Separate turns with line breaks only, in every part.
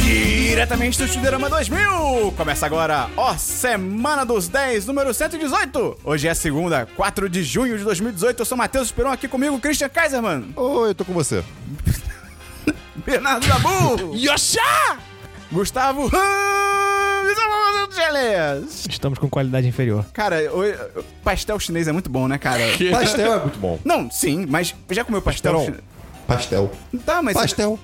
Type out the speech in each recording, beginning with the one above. diretamente do Estudirama 2000! Começa agora, ó, Semana dos 10, número 118! Hoje é segunda, 4 de junho de 2018. Eu sou Matheus Esperon, aqui comigo, Christian Kaiserman,
Oi, eu tô com você.
Bernardo Dabu,
Yoshá!
Gustavo Ramos
Estamos com qualidade inferior.
um Cara, o- pastel chinês é muito bom, né, cara?
Pastel é muito bom.
Não, sim, mas já comeu pastel
Esperon.
chinês?
Pastel.
Tá, mas...
Pastel.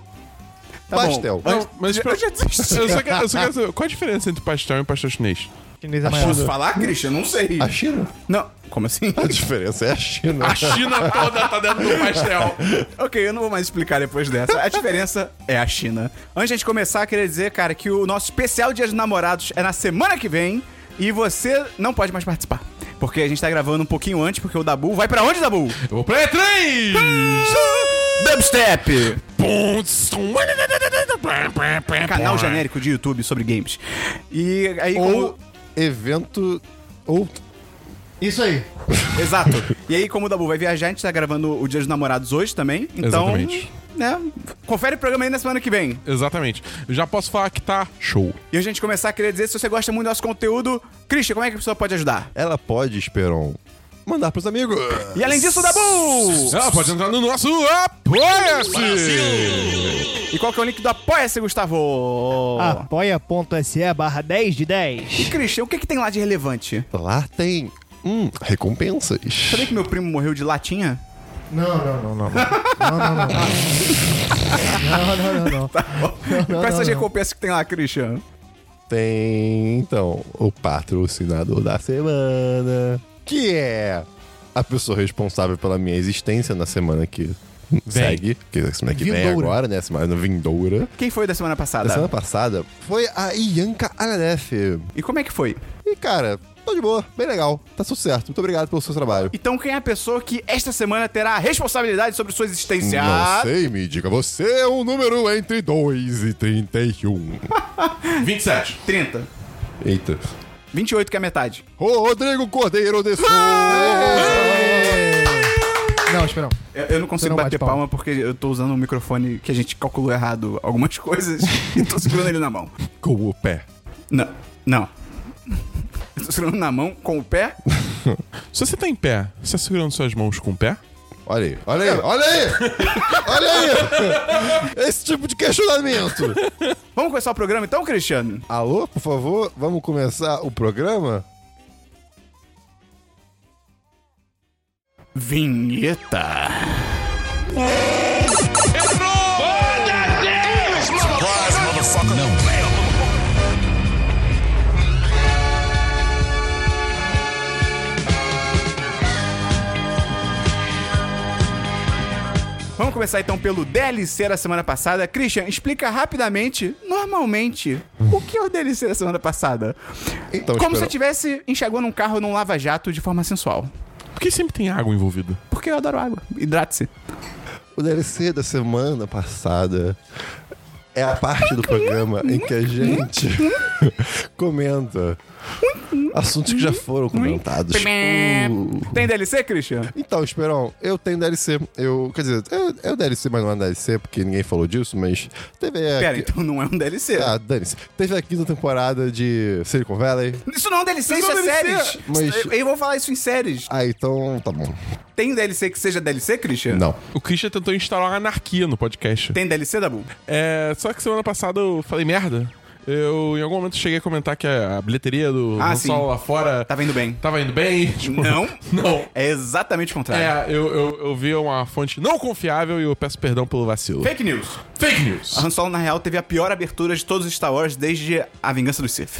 tá bom.
pastel.
Mas,
mas
eu já desisti.
Eu só, quero, eu só quero saber, qual a diferença entre pastel e pastel chinês?
Chinês é
Posso
maior.
falar, Christian? Não sei.
A China?
Não, como assim?
A diferença é a China.
A China toda tá dentro do pastel.
Ok, eu não vou mais explicar depois dessa. A diferença é a China. Antes de a gente começar, queria dizer, cara, que o nosso especial Dia dos Namorados é na semana que vem e você não pode mais participar. Porque a gente tá gravando um pouquinho antes, porque o Dabu vai pra onde, Dabu?
Eu vou pra E3!
Dubstep! Canal genérico de YouTube sobre games. E aí,
Ou
como...
evento. Ou.
Isso aí.
Exato. E aí, como o Dabu vai viajar, a gente tá gravando o Dia dos Namorados hoje também. Então,
Exatamente.
né, confere o programa aí na semana que vem.
Exatamente. Eu já posso falar que tá show.
E antes de começar, queria dizer, se você gosta muito do nosso conteúdo, Christian, como é que a pessoa pode ajudar?
Ela pode, Esperon, mandar pros amigos.
E além disso, Dabu!
Ah, pode entrar no nosso Apoia-se!
E qual que é o link do Apoia-se, Gustavo?
Ah. Apoia.se barra 10 de
E
10.
Christian, o que, que tem lá de relevante?
Lá tem. Hum, recompensas.
Sabia que meu primo morreu de latinha?
Não, não, não, não. Não, não, não. Não, não, não, não.
Quais são as
não.
recompensas que tem lá, Christian?
Tem, então, o patrocinador da semana. Que é a pessoa responsável pela minha existência na semana que segue. Que é a semana que vem
Vindoura.
agora, né? Semana vindoura.
Quem foi da semana passada?
Da semana passada foi a Ianca Aranef.
E como é que foi?
E, cara, tô de boa, bem legal. Tá tudo certo. Muito obrigado pelo seu trabalho.
Então quem é a pessoa que esta semana terá a responsabilidade sobre sua existência? Ah,
Não sei, me diga. Você é um número entre 2 e 31.
27.
30.
Eita.
28, que é a metade.
Rodrigo Cordeiro de Souza.
Ah! Não, espera.
Eu, eu não consigo
não
bater
bate palma.
palma porque eu tô usando um microfone que a gente calculou errado algumas coisas e tô segurando ele na mão.
Com o pé.
Não, não. Eu tô segurando na mão com o pé.
Se você tá em pé, você tá segurando suas mãos com o pé?
Olha aí, olha aí, olha aí! olha aí! Esse tipo de questionamento!
Vamos começar o programa então, Cristiano?
Alô, por favor, vamos começar o programa?
Vinheta. Vamos começar então pelo DLC da semana passada. Christian, explica rapidamente, normalmente, o que é o DLC da semana passada.
Então,
Como se eu
espera-
estivesse enxergando um carro num lava-jato de forma sensual.
Por que sempre tem água envolvida?
Porque eu adoro água. Hidrate-se.
O DLC da semana passada é a parte do programa em que a gente comenta assuntos que já foram comentados.
Tem DLC, Christian?
Então, Esperão, eu tenho DLC. Eu, quer dizer, é, é o DLC, mas não é um DLC, porque ninguém falou disso, mas teve a.
Pera, então não é um DLC.
Ah, dane-se. Teve a quinta temporada de Silicon Valley.
Isso não é um DLC, isso,
Isso não
é
é DLC,
séries.
mas-
Eu- Eu vou falar isso em séries.
Ah, então tá bom.
Tem DLC que seja DLC, Christian?
Não.
O Christian tentou instalar uma anarquia no podcast.
Tem DLC, Dabu?
É, só que semana passada eu falei merda. Eu, em algum momento, cheguei a comentar que a a bilheteria do
Ah,
ah,
sim.
lá fora
Tava indo Tá bem.
tava indo bem. tipo,
Não.
Não.
É exatamente o contrário.
É, eu, eu, eu vi uma fonte não confiável e eu peço perdão pelo vacilo. Ah,
Fake news.
Fake news.
A Han Solo, na real, teve a pior abertura de todos os Star Wars desde A Vingança do Sith.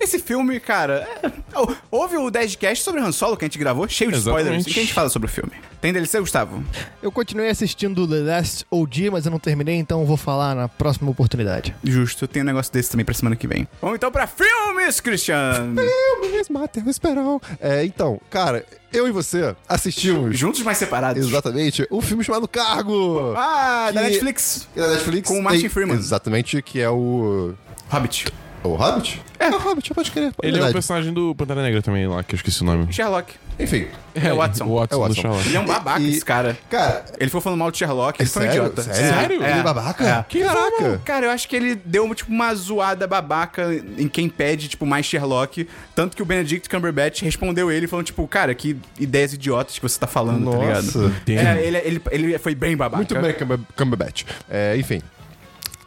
Esse filme, cara... é- Hou- Houve o 10cast sobre Han Solo que a gente gravou, cheio de spoilers.
Exatamente.
O que a gente fala sobre o filme? Tem DLC, Gustavo?
Eu continuei assistindo The Last OG, mas eu não terminei, então eu vou falar na próxima oportunidade.
Justo, eu tenho um negócio desse também pra semana que vem. Vamos então pra filmes, Christian!
Eu mesmo, Matheus Esperão. É, então, cara, eu e você assistimos
Juntos, mas separados.
exatamente um filme chamado Cargo.
Ah, da
Que-
Netflix.
Que é da Netflix.
Com o Martin
Tem-
Freeman.
Exatamente, que é o.
Hobbit.
O Hobbit? É, o Hobbit, pode crer.
Ele é o personagem do Pantera Negra também lá, que eu esqueci o nome.
Sherlock.
Enfim.
É o Watson.
O Watson,
É o Watson.
do Sherlock.
Ele é um babaca,
E-
esse cara.
Cara,
Ele foi falando mal de Sherlock,
é
ele foi um
sério?
idiota.
Sério?
Sério?
Ele é babaca? Que babaca?
Cara, eu acho que ele deu tipo, uma zoada babaca em quem pede, tipo, mais Sherlock. Tanto que o Benedict Cumberbatch respondeu ele falando, tipo, cara, que ideias idiotas que você tá falando, tá ligado?
Nossa.
É, ele, ele, ele foi bem babaca.
Muito bem, Cumber- Cumberbatch. É, enfim.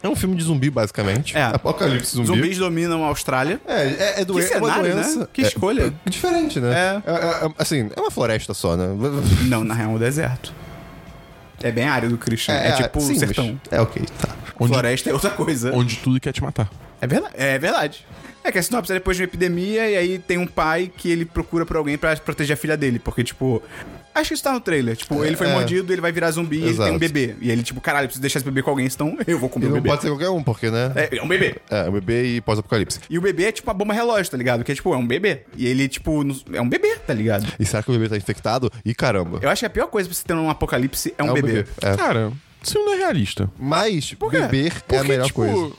É um filme de zumbi, basicamente.
É.
Apocalipse zumbi.
Zumbis dominam a Austrália.
É, é, é
Que
doen- é uma
cenário,
doença.
né? Que
É-
escolha.
É, diferente, né? É. é- assim, é uma floresta só, né?
Não, na real, é um deserto. É bem árido, Christian. É, tipo
sim,
um sertão.
mas- É ok, tá.
Onde-
Floresta é outra coisa.
Onde tudo quer te matar.
É verdade. É verdade. É que a sinopse é depois de uma epidemia e aí tem um pai que ele procura por alguém pra proteger a filha dele, porque tipo, acho que isso tá no trailer, tipo, ele foi
é.
mordido, ele vai virar zumbi e ele
Exato.
tem um bebê. E ele tipo, caralho, eu preciso deixar esse bebê com alguém, senão eu vou
E
comer o
não
bebê.
pode ser qualquer um, porque, né?
É, é um bebê.
É, é um bebê e pós-apocalipse.
E o bebê é tipo uma bomba relógio, tá ligado? Que é tipo, é um bebê. E ele tipo, não- é um bebê, tá ligado?
E será que o bebê tá infectado? Ih, caramba.
Eu acho que a pior coisa pra você ter num apocalipse é um, bebê.
É.
Cara, isso não é realista.
Mas
quê?
beber é a
Porque,
melhor
tipo,
coisa.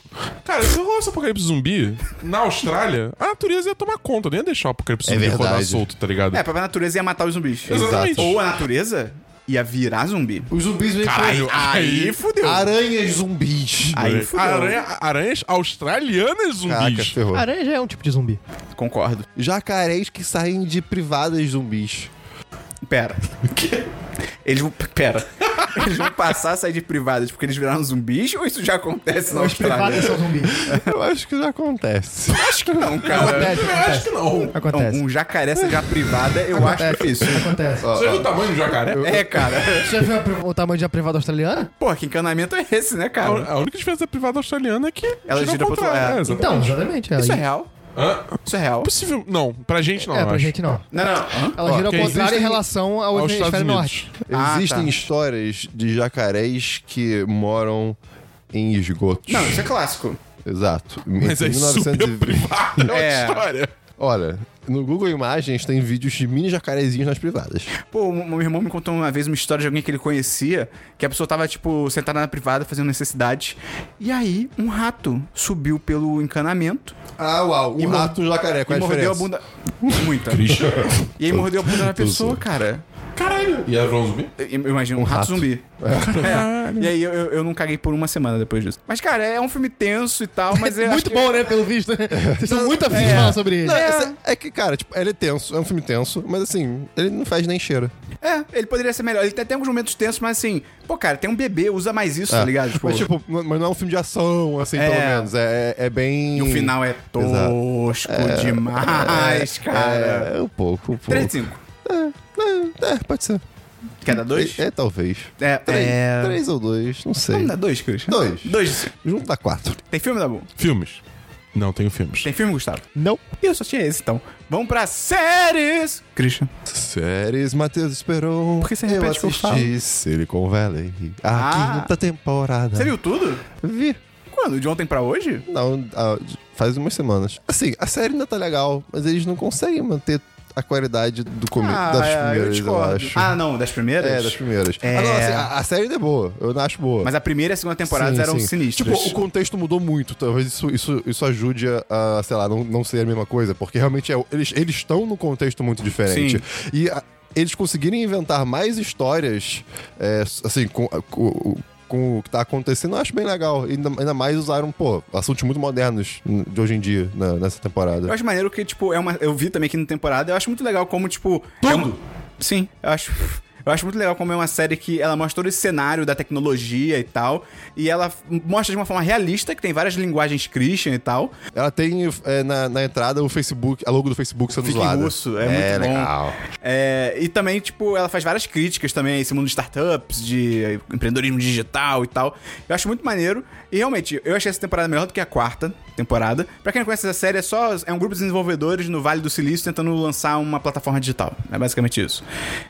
Cara, se rolasse apocalipse zumbi na Austrália, a natureza ia tomar conta, não ia deixar o apocalipse
É
zumbi rodar
verdade.
solto, tá ligado?
É, a própria natureza ia matar os zumbis.
Exatamente.
Ou a natureza ia virar zumbi.
Os zumbis vêm
Caralho,
ah,
Aí,
aí
fudeu.
Aranhas zumbis.
Aí
Moleque.
fudeu.
Aranha- aranhas australianas zumbis.
Caraca, ferrou.
Aranha já é um tipo de zumbi.
Concordo.
Jacarés que saem de privadas zumbis.
Pera. Eles vão. Pera. Eles vão passar a sair de privadas porque eles viraram zumbis ou isso já acontece na
Os privados
Austrália?
são zumbis.
Eu acho que já acontece.
Acho que não, Um cara.
Acontece,
Eu acho que não.
Não,
acontece.
um jacaré seja privada, eu acho
Acontece.
difícil.
Acontece.
Você viu o tamanho do jacaré?
É, cara.
Você já viu a pri- o tamanho de uma privada australiana?
Porra, que encanamento é esse, né,
A
cara?
a única diferença da privada australiana é que.
Ela gira
ao
pro outro
contrário.
lado.
É, exatamente.
Então, exatamente. Ela
Isso é real.
Hã?
Isso é real.
Possível. Não, pra gente não.
é,
eu
pra
acho.
gente não.
Não, não. Hã?
Ela gira ao
que
contrário
existem
em relação ao
Aos Estados
hemisfério
Unidos.
norte.
Ah,
Existem
tá.
histórias de jacarés que moram em esgotos.
Não, isso é clássico.
Exato.
Mas é
Entre
super
1920
privada. É uma
É.
história.
Olha, no Google Imagens tem vídeos de mini jacarezinhos nas privadas.
Pô, o meu irmão me contou uma vez uma história de alguém que ele conhecia, que a pessoa tava, tipo, sentada na privada fazendo necessidade. E aí, um rato subiu pelo encanamento
Ah, uau. Um rato e um jacaré,
e
qual é a
mordeu
diferença?
a bunda. Muita. E aí mordeu a bunda da pessoa, cara.
Caralho. E era um zumbi?
Eu- Eu imagino um, rato, zumbi. É. E aí eu, eu, eu não caguei por uma semana depois disso. Mas, cara, é um filme tenso e tal, mas é.
Muito bom, né? Pelo visto. Vocês são muito afins de falar sobre ele.
Não, essa- é que, cara, tipo, ele é tenso, é um filme tenso, mas assim, ele não faz nem cheiro.
É, ele poderia ser melhor. Ele tem, tem alguns momentos tensos, mas assim, pô, cara, tem um bebê, usa mais isso, tá
É.
ligado? Tipo,
Mas, tipo, não- mas não é um filme de ação, assim,
É.
pelo menos. É, é bem.
e o final é tosco demais, cara.
É, é um pouco, um pouco.
3 de 5.
É, é, pode ser.
Quer dar 2?
É, é, talvez.
É,
Três,
é...
três ou dois, não sei.
Vamos dar dois, Cris?
Dois.
Dois.
Junto dá quatro.
Tem filme, Dabu?
Filmes. Não, tenho filmes.
Tem filme, Gustavo?
Não.
E eu só tinha esse, então. Vamos pra séries! Christian.
Séries Matheus Esperon.
Por que você repete o que eu
eu assisti
falo?
Silicon Valley. A
Ah.
quinta temporada.
Você viu tudo?
Vi.
Quando? De ontem pra hoje?
Não, ah, faz umas semanas. Assim, a série ainda tá legal, mas eles não conseguem manter a qualidade do começo das
é,
primeiras, eu, acho.
Ah, não, das primeiras?
é, das primeiras.
É.
Ah, não, assim, a, a série ainda é boa. Eu não acho boa.
Mas a primeira e a segunda temporada
Sim,
eram
sim.
sinistras.
Tipo, o contexto mudou muito. Talvez isso, isso, isso ajude a, a, sei lá, não, não ser a mesma coisa. Porque realmente é- eles eles estão num contexto muito diferente. E a- eles conseguirem inventar mais histórias, é, assim, com... com- com o que tá acontecendo, eu acho bem legal. Ainda, ainda mais usaram, pô, assuntos muito modernos de hoje em dia, na- nessa temporada.
Eu acho maneiro que, tipo, é uma... eu vi também aqui na temporada, eu acho muito legal como, tipo... Tudo? Sim, eu acho... Eu acho muito legal como é uma série que ela mostra todo esse cenário da tecnologia e tal, e ela f- mostra de uma forma realista, que tem várias linguagens Christian e tal,
Ela tem é, na, na entrada o Facebook, a logo do Facebook sendo
Fique
usada.
russo, é muito bom.
legal.
É, e também, tipo, ela faz várias críticas também a esse mundo de startups, de empreendedorismo digital e tal. Eu acho muito maneiro. E realmente, eu achei essa temporada melhor do que a quarta temporada. Pra quem não conhece essa série, é só é um grupo de desenvolvedores no Vale do Silício tentando lançar uma plataforma digital. É basicamente isso.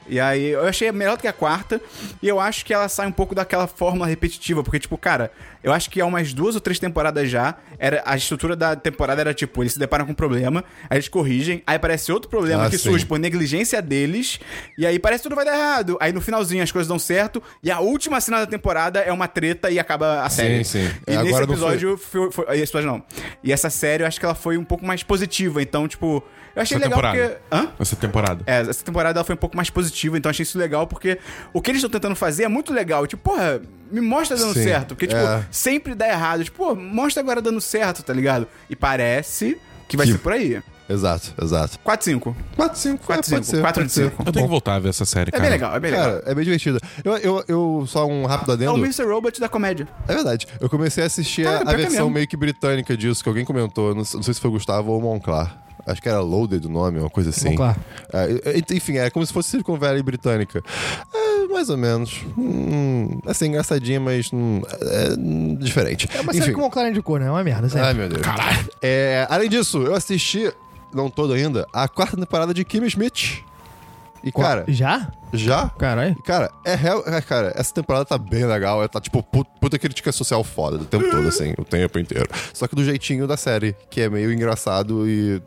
E aí, eu achei achei melhor do que a quarta. E eu acho que ela sai um pouco daquela fórmula repetitiva. Porque, tipo, cara, eu acho que há umas duas ou três temporadas já, era, a estrutura da temporada era tipo: eles se deparam com um problema, aí eles corrigem, aí aparece outro problema
Ah,
que
sim.
surge por Tipo, negligência deles. E aí parece que tudo vai dar errado. Aí no finalzinho as coisas dão certo. E a última cena da temporada é uma treta e acaba a série.
sim.
E nesse
Agora não foi-
episódio foi... foi- esse episódio não. E essa série eu acho que ela foi um pouco mais positiva. Então, tipo, eu achei
Essa
legal
temporada.
porque. Hã?
Essa temporada.
É, essa temporada ela foi um pouco mais positiva, então achei isso legal, porque o que eles estão tentando fazer é muito legal. Tipo, porra, me mostra dando
Sim,
certo. Porque, tipo,
é.
sempre dá errado. Tipo, pô, mostra agora dando certo, tá ligado? E parece que vai
Que- É,
ser por aí.
Exato, exato.
4, 5.
4 de 5.
4, 5. 4
4
de 5.
Eu tenho que voltar a ver essa série,
tá É
cara.
bem legal, é bem legal.
Cara, é bem divertido. Eu, eu, eu só um rápido
É o
adendo.
Mr. Robot da comédia.
É verdade. Eu comecei a assistir
Cara,
a-
pior que
a
é
versão
mesmo.
meio que britânica disso, que alguém comentou. Não, sei- não sei se foi o Gustavo ou o Monclar. Acho que era Loaded o nome, uma coisa assim.
Monclar.
É, e- enfim, é como se fosse Silicon Valley britânica. É, mais ou menos. Hum, assim, engraçadinha, mas hum, é, hum, diferente.
É uma
enfim. Ah,
série com o Clarinho de cor, né? É uma merda,
Ai,
sério.
meu Deus. Caralho. além disso, eu assisti, não todo ainda, a quarta temporada de Kim Smith. E, cara,
Já?
já
Caralho.
e, Cara, é real. é, Cara, essa temporada tá bem legal. Ela tá, tipo, pu- puta crítica social foda o tempo todo, assim, o tempo inteiro. Só que do jeitinho da série, que é meio engraçado e.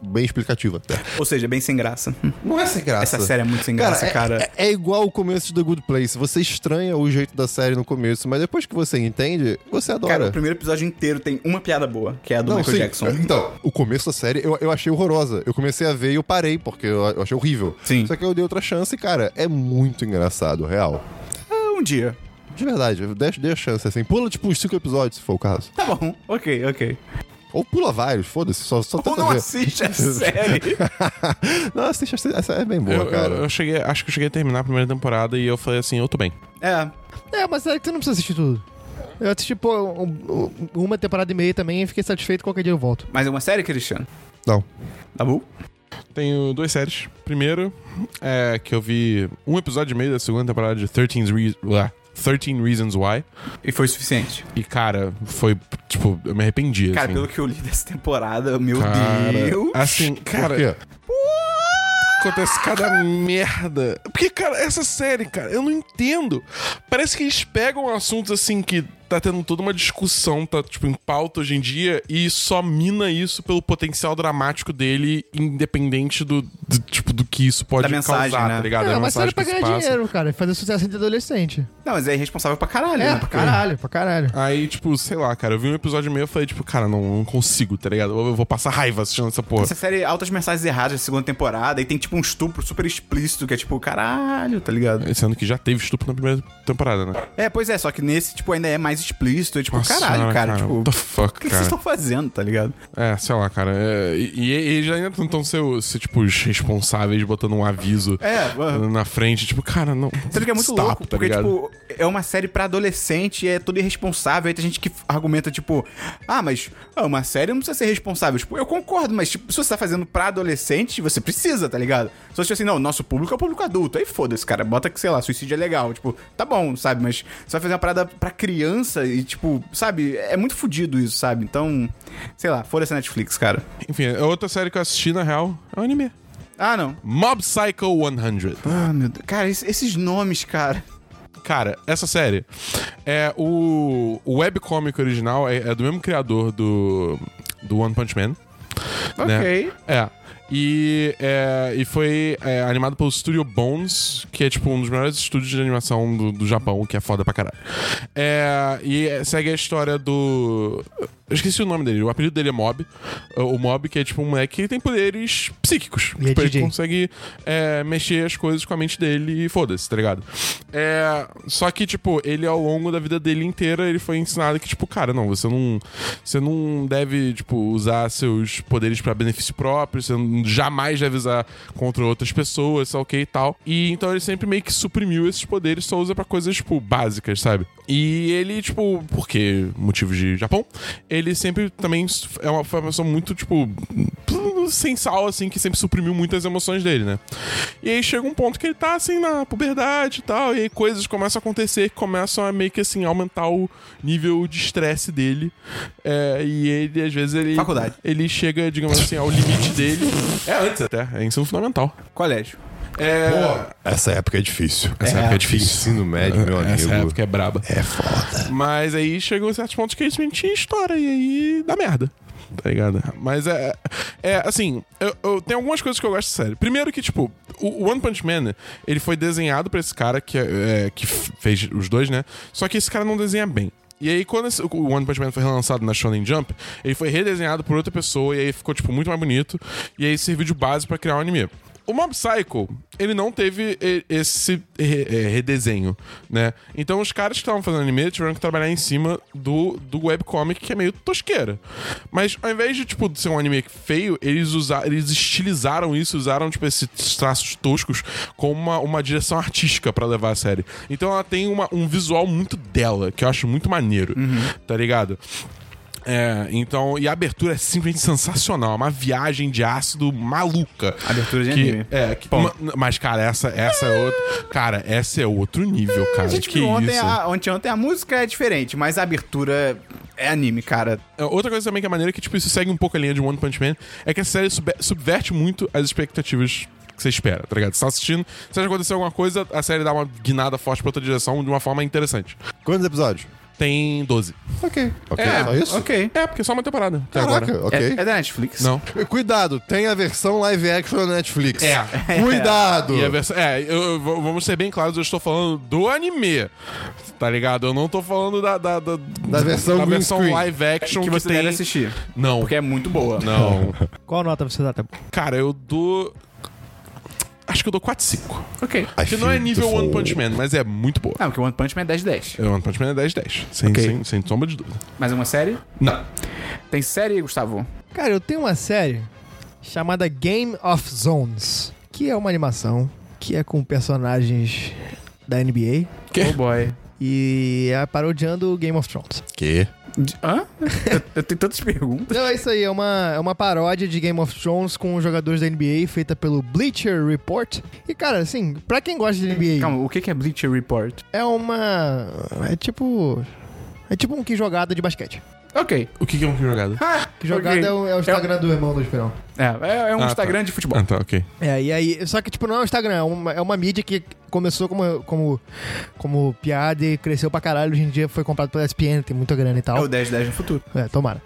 Bem explicativo até.
Ou seja, bem sem graça.
Não é sem graça.
Essa série é muito sem graça,
é-
cara.
É, é igual o começo de The Good Place. Você estranha o jeito da série no começo, mas depois que você entende, você adora.
Cara, o primeiro episódio inteiro tem uma piada boa, que é a do
Não,
Michael
sim.
Jackson.
Então, o começo da série eu, eu achei horrorosa. Eu comecei a ver e eu parei, porque eu, eu achei horrível.
Sim.
Só que eu dei outra chance e, cara, é muito engraçado, real.
Ah, Um dia.
De verdade, deixa, deixa a chance assim. Pula tipo uns cinco episódios, se for o caso.
Tá bom, ok, ok.
Ou pula vários, foda-se, só, só
Ou
tenta
não
ver.
assiste a série.
não, assiste, assiste, essa é bem boa,
Eu,
cara.
eu- eu cheguei, acho que eu cheguei a terminar a primeira temporada e eu falei assim, eu tô bem.
É,
É, mas sério que você não precisa assistir tudo. Eu assisti, pô, um- um- uma temporada e meia também e fiquei satisfeito. Qualquer dia eu volto.
mas é uma série, Cristiano?
Não.
Tá bom?
Tenho duas séries. Primeiro é que eu vi um episódio e meio da segunda temporada de 13, Re- Ué, 13 Reasons Why.
E foi o suficiente.
E, cara, foi, tipo, eu me arrependi.
Cara,
assim.
pelo que eu li dessa temporada, meu
Cara,
Deus.
Assim,
Por
cara,
quê?
acontece cada merda. Porque, cara, essa série, cara, eu não entendo. Parece que eles pegam assuntos assim que tá tendo toda uma discussão, tá, tipo, em pauta hoje em dia, e só mina isso pelo potencial dramático dele, independente do, do- tipo, do que isso pode
Da mensagem,
causar,
né?
tá ligado?
É,
Da
uma série
mensagem
pra
que
ganhar
isso passa.
dinheiro, cara. e Fazer sucesso entre adolescente.
Não, mas é irresponsável pra caralho,
É,
né?
pra caralho, pra caralho.
Aí, tipo, sei lá, cara, eu vi um episódio e meio e falei, tipo, cara, não, não consigo, tá ligado? Eu, eu vou passar raiva assistindo essa porra.
Essa série, altas mensagens erradas da segunda temporada, e tem tipo um estupro super explícito, que é tipo, caralho, tá ligado?
Sendo que já teve estupro na primeira temporada, né?
É, pois é, só que nesse, tipo, ainda é mais explícito, é tipo,
Nossa
caralho,
senhora,
cara, tipo,
What the
o
fuck,
que, que
cara?
vocês estão fazendo, tá ligado?
É, sei lá, cara. é, e, e eles ainda tentam ser, o- ser, tipo, os responsáveis botando um aviso
É, uh,
na frente. Tipo, cara, não.
Sendo que é muito
stop,
louco,
tá
porque,
ligado?
tipo, é uma série pra adolescente e é tudo irresponsável. Aí tem gente que argumenta, tipo, ah, mas ah, uma série não precisa ser responsável. Tipo, eu concordo, mas tipo, se você tá fazendo pra adolescente, você precisa, tá ligado? Só se assim, não, nosso público é o público adulto. Aí foda-se, cara. Bota que, sei lá, suicídio é legal. Tipo, tá bom, sabe? Mas você vai fazer uma parada pra criança e, tipo, sabe? É muito fodido isso, sabe? Então, sei lá, foda-se a Netflix, cara.
Enfim, é outra série que eu assisti, na real, é um anime.
Ah, não.
Mob Psycho 100.
Ah, meu Deus. Cara, es- esses nomes, cara.
Cara, essa série é o, o webcomic original é, é do mesmo criador do, do One Punch Man. né?
Ok.
É. E, é, e foi é, animado pelo Studio Bones, que é tipo um dos melhores estúdios de animação do, do Japão, que é foda pra caralho. É, e é, segue a história do. Eu esqueci o nome dele, o apelido dele é Mob. O Mob, que é tipo um moleque que tem poderes psíquicos.
E é
tipo,
DJ.
ele consegue é, mexer as coisas com a mente dele e foda-se, tá ligado? É, só que, tipo, ele ao longo da vida dele inteira, ele foi ensinado que, tipo, cara, não, você não. Você não deve, tipo, usar seus poderes pra benefício próprio, você não- jamais deve usar contra outras pessoas, sei lá o que e tal. E então ele sempre meio que suprimiu esses poderes, só usa pra coisas, tipo, básicas, sabe? E ele, tipo, porque motivos de Japão, ele sempre também é uma, foi uma pessoa muito, tipo, sem sal, assim, que sempre suprimiu muitas emoções dele, né? E aí chega um ponto que ele tá, assim, na puberdade e tal, e aí coisas começam a acontecer que começam a meio que, assim, aumentar o nível de estresse dele. É, e ele, às vezes, ele...
Faculdade.
Ele chega, digamos assim, ao limite dele. É antes até, é ensino fundamental.
Colégio.
É,
Essa época é difícil.
essa época é difícil.
Ensino médio, meu
Essa
amigo.
época é braba.
É foda.
Mas aí chegam certos pontos que isso mentira estoura e aí dá merda. Tá ligado? Mas é. É, assim, eu, eu- tem algumas coisas que eu gosto sério. Primeiro que, tipo, o o One Punch Man, ele foi desenhado pra esse cara que, é, é, que f- fez os dois, né? Só que esse cara não desenha bem. E aí, quando esse- o One Punch Man foi relançado na Shonen Jump, ele foi redesenhado por outra pessoa e aí ficou, tipo, muito mais bonito. E aí serviu de base pra criar um anime. O Mob Psycho, ele não teve e- esse re- é, redesenho, né? Então os caras que estavam fazendo anime tiveram que trabalhar em cima do, do webcomic, que é meio tosqueira. Mas ao invés de, tipo, ser um anime feio, eles, usa eles estilizaram isso, usaram, tipo, esses traços toscos como uma, uma direção artística pra levar a série. Então ela tem uma- um visual muito dela, que eu acho muito maneiro, tá ligado? É, então, e a abertura é simplesmente sensacional. É uma viagem de ácido maluca.
Abertura de
que,
anime.
É, que,
Ponto.
ma- mas, cara, essa, essa é outra. Cara, essa é outro nível, cara.
A gente
que
viu ontem,
isso.
a, ontem, ontem a música é diferente, mas a abertura é anime, cara.
É, Outra coisa também que é maneira que, tipo, isso segue um pouco a linha de One Punch Man, é que a série sub- subverte muito as expectativas que você espera, tá ligado? Você tá assistindo, se acontecer alguma coisa, a série dá uma guinada forte pra outra direção de uma forma interessante.
Quantos episódios?
Tem 12.
Ok. Ok,
É,
só isso?
Ok.
É, porque é só uma temporada. até
Caraca,
agora.
É,
ok.
é da Netflix?
Não.
Cuidado, tem a versão live action na Netflix.
É.
Cuidado!
E a versão- é, eu- eu vou- vamos ser bem claros, eu estou falando do anime, tá ligado? Eu não tô falando da, da, da, da
versão green screen.
live action
É Que
que,
você
tem...
deve assistir.
Não,
Porque é muito boa.
não.
Qual nota você dá? Tebo?
Cara, eu dou... Acho que eu dou 4-5.
Ok.
I
Que não é
feel
nível One
beautiful.
Punch Man, mas é muito boa.
Não, porque One Punch Man é 10 de 10.
One Punch Man é 10-10, sem,
Ok.
sem, sem sombra de dúvida.
Mais uma série?
Não.
Tem série, Gustavo?
Cara, eu tenho uma série chamada Game of Zones, que é uma animação que é com personagens da NBA
Quê?
Oh boy.
e é parodiando Game of Thrones.
Que?
De- Hã? eu, eu tenho tantas perguntas.
Não, é isso aí, é uma, é uma paródia de Game of Thrones com os jogadores da NBA feita pelo Bleacher Report. E, cara, assim, pra quem gosta de NBA,
Calma, o que que é Bleacher Report?
é uma. É tipo. É tipo um que jogada de basquete.
Ok.
O que que é um que jogado?
Ah,
Que jogada
ok.
é, o, é o Instagram do irmão do Esperão.
É, é, é um
Ah, tá.
Instagram de futebol.
Ah, tá, ok.
É, e aí. Só que, tipo, não é um Instagram, é uma, é uma mídia que começou como, como, como piada e cresceu pra caralho. Hoje em dia foi comprado pela ESPN, tem muita grana e
É
tal.
o 10-10 no futuro.
É, tomara.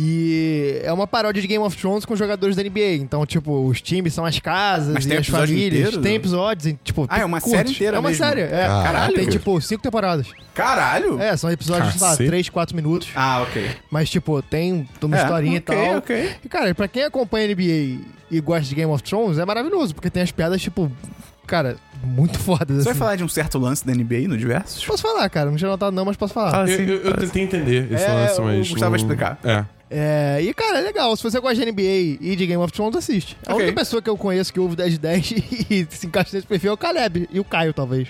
E é uma paródia de Game of Thrones com jogadores da NBA. Então, tipo, os times são as casas
Mas
e
tem
as
episódio
famílias.
inteiro?
Tem episódios, e, tipo.
Ah, é uma
curtos.
série inteira
É uma
mesmo.
série, é.
Caralho.
Tem, tipo, cinco temporadas.
Caralho!
É, são episódios, sei lá,
Cacete.
3, 4 minutos.
Ah, ok.
Mas, tipo, tem uma
É,
historinha
ok,
e tal.
ok.
E, cara, pra quem acompanha NBA e gosta de Game of Thrones, é maravilhoso, porque tem as piadas, tipo, cara, muito fodas.
Você vai
assim.
falar de um certo lance da NBA no diversos?
Posso falar, cara, não tinha notado não, mas posso falar.
Fala.
Eu, eu- eu tentei entender esse
Ah, É,
lance,
o
mas...
Gustavo vai explicar.
É.
É, e, cara, é legal. Se você gosta de NBA e de Game of Thrones, assiste. A
Ok.
única pessoa que eu conheço que ouve 10 de 10 e se encaixa nesse perfil é o Caleb. E o Caio, talvez.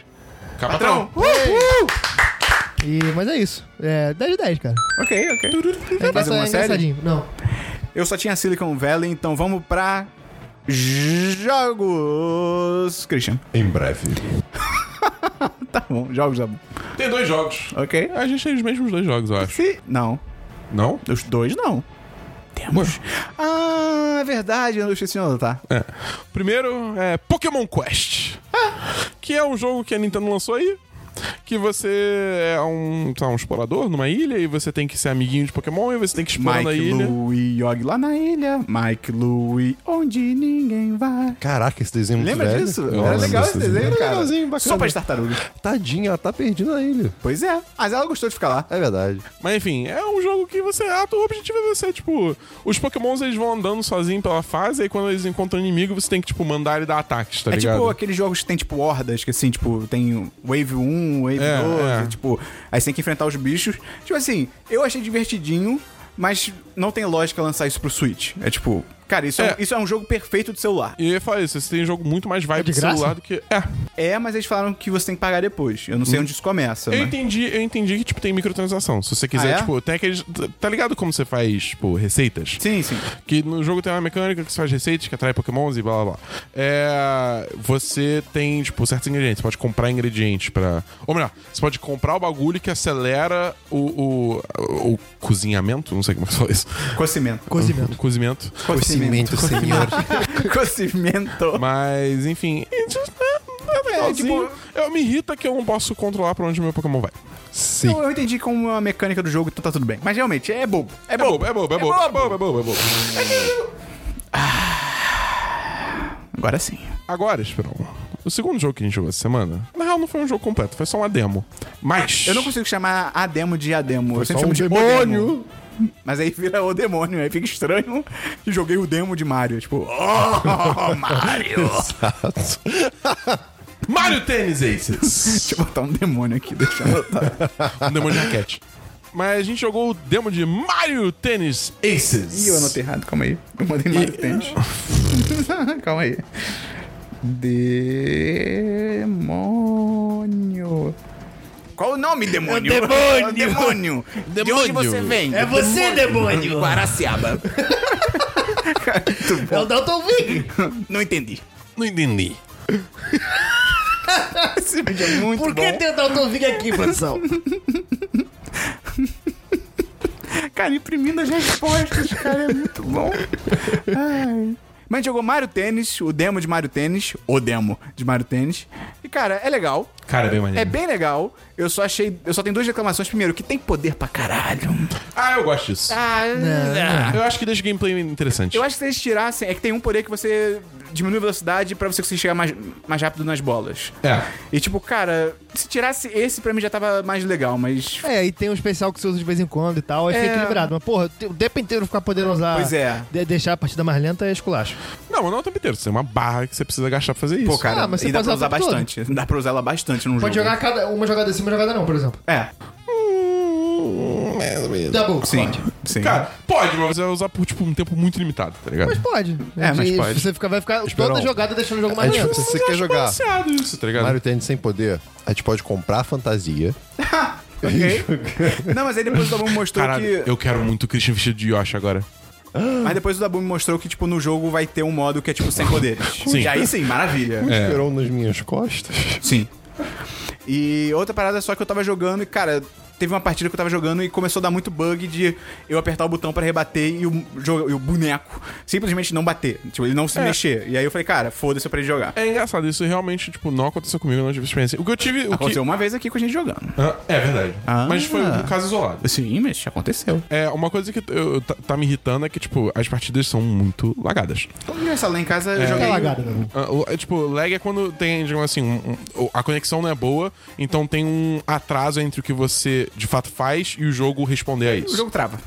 Capitão!
E, mas é isso. É 10 de 10, cara.
Ok, ok.
É,
mais
engraçado-
alguma
é
série?
engraçadinho. Não.
Eu só tinha Silicon Valley, então vamos pra. Jogos. Christian.
Em breve.
Tá bom, jogos tá bom.
Tem dois jogos.
Ok.
A gente tem os mesmos dois jogos, eu acho.
Se. Não.
Não?
Os dois não. Temos. Ah, é verdade, eu não esqueci de anotar.
É. Primeiro é Pokémon Quest. Que é um jogo que a Nintendo lançou aí. Que você é um, sei lá, um explorador numa ilha e você tem que ser amiguinho de Pokémon e você tem que explorar na
Mike,
ilha.
Lou e Yogi lá na ilha. Mike, Lou e onde ninguém vai.
Caraca, esse desenho é muito
Lembra
velho.
disso?
Eu
Era
lembro
legal
desse
esse desenho,
Era
cara.
legalzinho, bacana.
Sopa de tartaruga.
Tadinha, ela tá perdida na ilha.
Pois é. Mas ela gostou de ficar lá.
É verdade.
Mas enfim, é um jogo que você. Ah, o objetivo é você, tipo. Os Pokémons eles vão andando sozinhos pela fase, aí quando eles encontram inimigo, você tem que, tipo, mandar ele dar ataques, tá
É
ligado?
tipo aqueles jogos que tem, tipo, hordas, que assim, tipo, tem Wave 1, Wave
É,
2,
é.
e, tipo, aí você tem que enfrentar os bichos. Tipo assim, eu achei divertidinho, mas não tem lógica lançar isso pro Switch. É tipo, cara, isso é,
É.
um, isso é um jogo perfeito de celular.
E eu ia falar isso, você tem jogo muito mais vibe
de
de celular
graça?
do que. É.
É, mas eles falaram que você tem que pagar depois. Eu não sei onde isso começa,
Hum. Eu
né?
entendi, eu entendi que, tipo, tem microtransação. Se você quiser,
Ah, é?
tipo, tem aqueles. Tá ligado como você faz, tipo, receitas?
Sim, sim.
Que no jogo tem uma mecânica que você faz receitas, que atrai pokémons e blá blá blá. É, você tem, tipo, certos ingredientes. Você pode comprar ingredientes pra... Ou melhor, você pode comprar o bagulho que acelera o, o, o cozinhamento. Não sei como é que fala isso.
Cocimento.
Cozimento.
O cozimento.
Cimento, senhor. Cocimento.
Mas, enfim. É, tipo, legalzinho. eu me irrita que eu não posso controlar pra onde meu Pokémon vai.
Sim.
Eu, eu entendi como a mecânica do jogo, então tá tudo bem. Mas realmente, é bobo. É
É
bobo.
bobo, é bobo, é bobo, é bobo, é bobo, é bobo.
Agora sim.
Agora, Esperão, o segundo jogo que a gente jogou essa semana, na real não foi um jogo completo, foi só uma demo. Mas.
Eu não consigo chamar a demo de a demo. Eu sempre
só
chamo
um
de o
demônio.
demo. Mas aí vira o demônio, aí fica estranho. E joguei o demo de Mario. Tipo, oh, Mario!
Exato.
Mario Tennis Aces!
Deixa eu botar um demônio aqui, deixa eu anotar.
um demônio de raquete. Mas a gente jogou o demo de Mario Tennis Aces.
Ih, eu anotei errado, calma aí. Eu mandei Mario Tennis. calma aí. Demônio. Qual o nome, demônio?
É o demônio.
demônio! De onde
Demônio.
você vem?
É você, demônio!
Guaraciaba.
É o Dalton Vig!
Não entendi.
Não entendi.
Esse vídeo é muito
Por que
bom.
tem o Dalton Vig aqui, produção?
Cara, imprimindo as respostas, cara, é muito bom. Ai. Mas a gente jogou Mario Tênis, o demo de Mario Tênis, o demo de Mario Tênis. E, cara, é legal.
Cara, é bem maneiro.
É bem legal. Eu só achei. Eu só tenho duas reclamações. Primeiro, que tem poder pra caralho. É.
Ah, eu gosto disso.
é.
Eu acho que deixa o gameplay interessante.
Ah. Eu acho que se eles tirassem. É que tem um poder que você diminui a velocidade pra você conseguir chegar mais, mais rápido nas bolas.
É.
E tipo, cara, se tirasse esse, pra mim já tava mais legal, mas.
É, e tem um especial que você usa de vez em quando e tal, aí
É.
fica equilibrado. Mas, porra, o tempo inteiro ficar podendo usar.
Pois é.
de- deixar a partida mais lenta é esculacho.
Não, mas não é o tempo inteiro. Você tem uma barra que você precisa agachar pra fazer isso.
Pô, cara,
Ah, mas
e
você
dá
pode
pra usar
usar o tempo todo.
bastante. Dá pra usar ela bastante num
Pode
jogo.
jogar cada, uma jogada sim, uma jogada não, por exemplo.
É,
Hum, mais ou menos.
Double,
sim.
pode.
Sim.
Cara, pode, mas você vai usar por tipo, um tempo muito limitado, tá ligado?
Mas pode.
É, mas
E
pode. É
Você fica, vai ficar
Esperão.
toda jogada deixando o jogo
A
mais
gente,
lento.
se você quer jogar
balanceado isso, tá ligado?
Mario Tennis sem poder, a gente pode comprar a fantasia.
Ok. Não, mas aí depois o Dabu me mostrou
Caralho,
que.
eu quero muito o Christian vestido de Yoshi agora.
Mas depois o Dabu me mostrou que, tipo, no jogo vai ter um modo que é, tipo, sem poderes.
Sim.
E aí sim, maravilha.
É.
Esperou nas minhas costas.
Sim. E outra parada é só que eu tava jogando e, cara, teve uma partida que eu tava jogando e começou a dar muito bug de eu apertar o botão pra rebater e o, jogo, e o boneco simplesmente não bater. Tipo, ele não se mexer. E aí eu falei, cara, foda-se eu parei de jogar.
É engraçado, isso realmente, tipo, não aconteceu comigo, eu não tive experiência. O que eu tive. O que...
Aconteceu uma vez aqui com a gente jogando.
Ah, é verdade.
Ah.
Mas foi um caso isolado.
Sim, mas aconteceu.
É, uma coisa que eu, eu- tá, tá me irritando é que, tipo, as partidas são muito lagadas.
Então, engraçado, lá em casa
É.
eu joguei.
Tá lagada, né?
Ah, o- é, tipo, lag é quando tem, digamos assim, um- um- a conexão não é boa, então tem um atraso entre o que você de fato faz e o jogo responder a
O
isso.
jogo trava.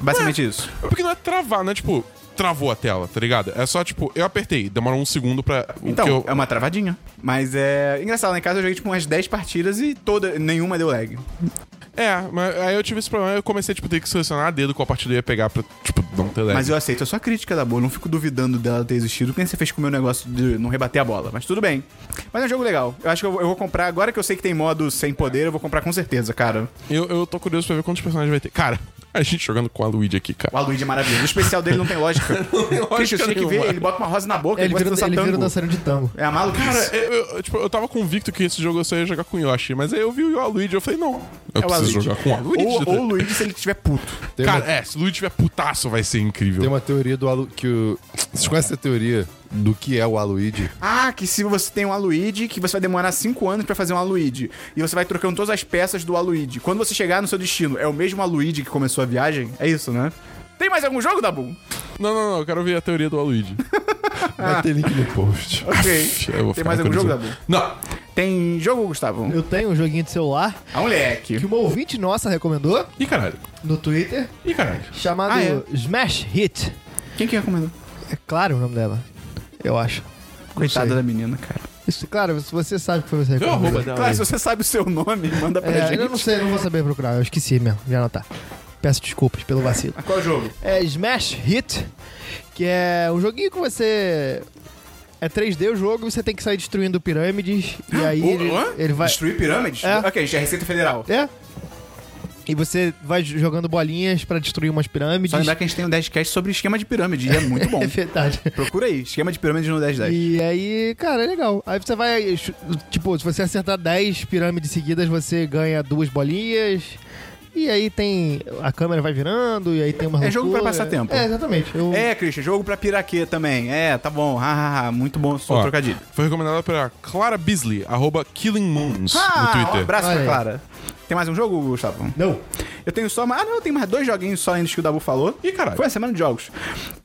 Basicamente isso.
Porque não é travar, não é tipo, travou a tela, tá ligado? É só, tipo, eu apertei, demorou um segundo pra. o
Então,
que eu...
é uma travadinha. Mas é. Engraçado, lá em casa eu joguei tipo umas 10 partidas e toda. nenhuma deu lag.
É, mas aí eu tive esse problema eu comecei, tipo, ter que selecionar a dedo qual partida eu ia pegar pra, tipo, não ter lag.
Mas eu aceito a sua crítica da boa, não fico duvidando dela ter existido, que nem você fez com o meu negócio de não rebater a bola. Mas tudo bem. Mas é um jogo legal. Eu acho que eu vou, eu vou comprar, agora que eu sei que tem modo sem poder, eu vou comprar com certeza, cara.
eu, eu tô curioso pra ver quantos personagens vai ter. Cara, a gente jogando com a Luigi aqui, cara.
O Aluíde é maravilhoso. O especial dele não tem lógica. Christian, você tinha que ver,
nenhuma.
ele bota uma rosa na boca,
É,
ele,
Ele vira,
gosta de
ele vira
dançar
um
tango.
dançarino de tango.
É a maluquice.
Cara, eu, eu, tipo, eu tava convicto que esse jogo eu só ia jogar com o Yoshi, mas aí eu vi o Luigi e eu falei, não, eu
É o
preciso
Luigi.
jogar com o Luigi.
ou, ou o Luigi se ele estiver puto.
Tem
Cara,
uma-
é, se o Luigi tiver putaço vai ser incrível.
Tem uma teoria do Alu... que o... Vocês conhecem a teoria do que é o Aluigi?
Ah, que se você tem um Aluíde, que você vai demorar 5 anos pra fazer um Aluíde. E você vai trocando todas as peças do Aluíde. Quando você chegar no seu destino, é o mesmo Aluíde que começou a viagem? É isso, né? Tem mais algum jogo, Dabu?
Não, não, não, eu quero ver a teoria do Luigi.
Vai ter link no post.
Ok.
Eu vou
Tem
ficar
mais algum jogo,
curioso.
Dabu?
Não.
Tem jogo, Gustavo?
Eu tenho um joguinho de celular
Ah, moleque.
que uma ouvinte nossa recomendou
Ih, caralho.
no Twitter,
Ih, caralho.
chamado
Ah, é?
Smash Hit.
Quem que recomendou?
É claro o nome dela, eu acho.
Coitada
sei.
da menina, cara.
Isso, claro, se você sabe que foi você que
Deu a
recomendou.
roupa dela.
Claro, se você sabe o seu nome, manda pra
É,
gente.
eu não sei, eu não vou saber procurar, eu esqueci mesmo de anotar. Peço desculpas pelo vacilo.
Mas Qual jogo?
É Smash Hit, que é um joguinho que você. É 3D o jogo, você tem que sair destruindo pirâmides. E
Ah,
aí ele,
Hã?
ele vai.
Destruir pirâmides?
É.
Ok, isso é Receita Federal.
É? E você vai jogando bolinhas pra destruir umas pirâmides.
Só lembrar que a gente tem um 10cast sobre esquema de pirâmide, e é muito bom.
É verdade.
Procura aí, esquema de pirâmide no 1010.
E aí, cara, é legal. Aí você vai. chu- Tipo, se você acertar 10 pirâmides seguidas, você ganha duas bolinhas. E aí tem. A câmera vai virando, e aí tem uma.
É jogo pra passar tempo.
É, exatamente. Eu-
É, Christian, jogo pra piraquê também. É, tá bom. Ha, ha, ha. Muito bom só
Ó,
trocadilho.
Foi recomendada pela Clara Beasley, arroba Killing Moons,
Ah,
no
um
Twitter.
abraço pra
Olha aí.
Clara. Tem mais um jogo, Gustavo?
Não.
Eu tenho só. mais- Ah, não, eu tenho mais dois joguinhos só ainda que o Dabu falou.
Ih, caralho.
Foi a semana de jogos.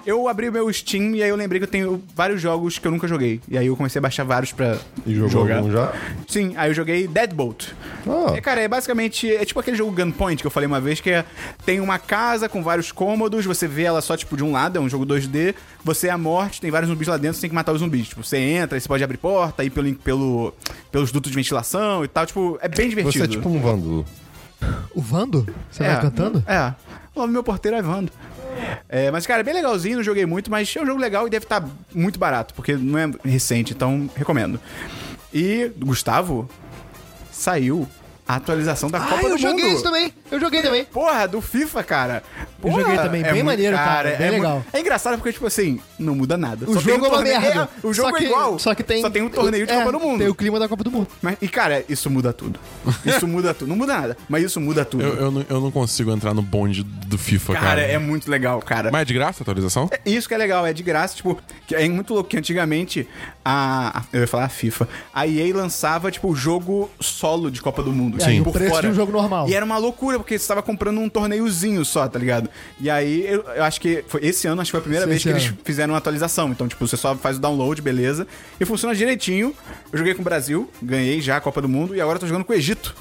Eu abri o meu Steam e aí eu lembrei que eu tenho vários jogos que eu nunca joguei. E aí eu comecei a baixar vários pra.
E jogou
Jogar.
algum já?
Sim, aí eu joguei Deadbolt.
Ah.
É, cara, é basicamente. É tipo aquele jogo Gunpoint que eu falei uma vez, que é. Tem uma casa com vários cômodos, você vê ela só, tipo, de um lado, é um jogo 2D, você é a morte, tem vários zumbis lá dentro, você tem que matar os zumbis. Tipo, você entra, aí você pode abrir porta, ir pelo, pelo, pelos dutos de ventilação e tal. Tipo, é bem divertido.
Você é tipo um vândalo.
O Vando? Você
É.
vai cantando?
É. O nome do meu porteiro é Evandro. É, mas, cara, é bem legalzinho, não joguei muito, mas é um jogo legal e deve estar muito barato, porque não é recente, então recomendo. E, Gustavo, saiu a atualização da Copa
Ah, eu
do
joguei
Mundo. É.
isso também. Eu joguei também.
Porra, do FIFA, cara. Porra, é
joguei também, bem
muito-
maneiro, cara, bem
é muito-
legal.
é engraçado porque, tipo assim, não muda nada.
O jogo
tem um
é uma
torneio-
merda.
é, o jogo
Só
é
que-
igual.
Só que tem.
Só tem um torneio de
é,
Copa do Mundo.
Tem o clima da Copa do Mundo.
Mas- e, cara, isso muda tudo. Isso muda tudo. Não muda nada, mas isso muda tudo.
Eu, eu, não, eu não consigo entrar no bonde do FIFA, cara.
Cara, é muito legal, cara.
Mas é de graça a atualização?
Isso que é legal, é de graça, tipo, que é muito louco que antigamente a, a- eu ia falar a FIFA, a EA lançava tipo o jogo solo de Copa do Mundo,
Sim.
tipo,
o preço de um jogo normal.
E era uma loucura porque você tava comprando um torneiozinho só, tá ligado? E aí eu, eu acho que foi esse ano, acho que foi a primeira
Sim,
vez que
esse
eles
ano.
fizeram uma atualização. Então, tipo, você só faz o download, beleza? E funciona direitinho. Eu joguei com o Brasil, ganhei já a Copa do Mundo e agora eu tô jogando com o Egito.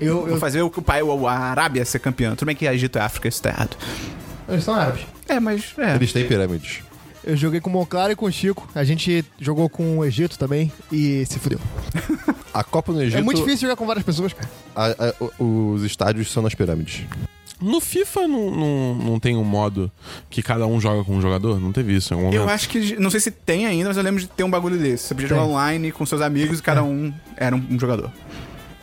Eu,
Vou
eu,
fazer o que o pai, o- a Arábia ser campeã. Tudo bem que Egito é África, isso tá errado.
Eles são árabes.
É, mas é.
Eles têm pirâmides.
um Eu joguei com o Monclar e com o Chico. A gente jogou com o Egito também e se fudeu.
A Copa no Egito,
É muito difícil jogar com várias pessoas, cara.
a- a- o- os estádios são nas pirâmides.
No FIFA não, não, não tem um modo que cada um joga com um jogador? Não teve isso em algum momento?
Eu acho que. Não sei se tem ainda, mas eu lembro de ter um bagulho desse. Você podia jogar
Tem.
online com seus amigos e cada um era um, um jogador.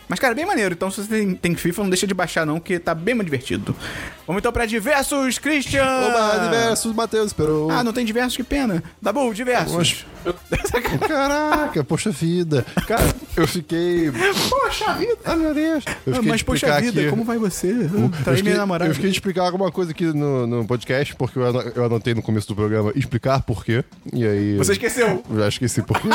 Mas, cara, é bem maneiro. Então, se você tem, tem FIFA, não deixa de baixar, não, que tá bem mais divertido. Vamos então pra diversos, Christian!
Oba, diversos, Matheus, esperou.
Ah, não tem diversos, que pena. Dabu, diversos.
Caraca, poxa vida. Cara, eu fiquei.
Poxa vida!
Ah, meu Deus. Eu
Ah,
fiquei
mas,
de
poxa
explicar
vida,
aqui-
como vai você?
eu
Traí
fiquei,
Tá minha namorada.
eu fiquei de explicar alguma coisa aqui no, no podcast, porque eu, ano- eu anotei no começo do programa explicar por quê. E aí.
Você esqueceu.
Eu Já esqueci por quê.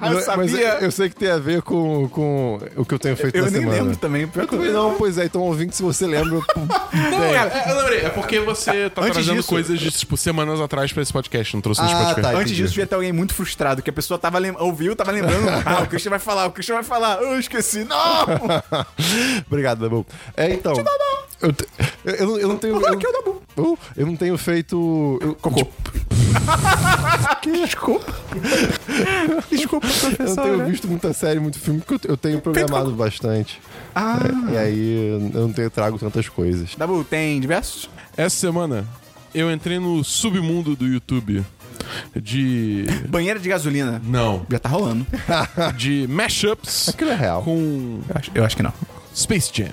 Mas- Mas
sabia.
eu, eu sei que tem a ver com, com o que eu tenho feito
Eu
na
nem
semana.
lembro também. pior
Eu
que-
também não, pois é, então ouvindo se você lembra.
Não, cara, é, eu lembrei. É porque você tá
Antes
trazendo
disso-
coisas de, tipo, semanas atrás pra esse podcast. Não trouxe no
Ah,
Spotify.
tá.
Antes
entendi.
disso, devia ter alguém muito frustrado, que a pessoa tava lem- ouviu, tava lembrando. Ah, o Christian vai falar, o Christian vai falar. Eu esqueci. Não!
Obrigado, Dabu. É, então. Eu, te- eu, eu não- eu não tenho. Eu,
Aqui é o Dabu.
eu- eu não tenho feito. Eu,
Cocô. Desculpa. Desculpa, professor. né?
eu não tenho visto muita série, muito filme, porque eu, eu tenho programado bastante.
Ah.
É, e aí eu não tenho, trago tantas coisas.
Dabu, tem diversos?
Essa semana, eu entrei no submundo do YouTube de...
Banheira de gasolina.
Não.
Já tá rolando.
De mashups
Aquilo é real.
com
Eu acho, eu acho que não.
Space Jam.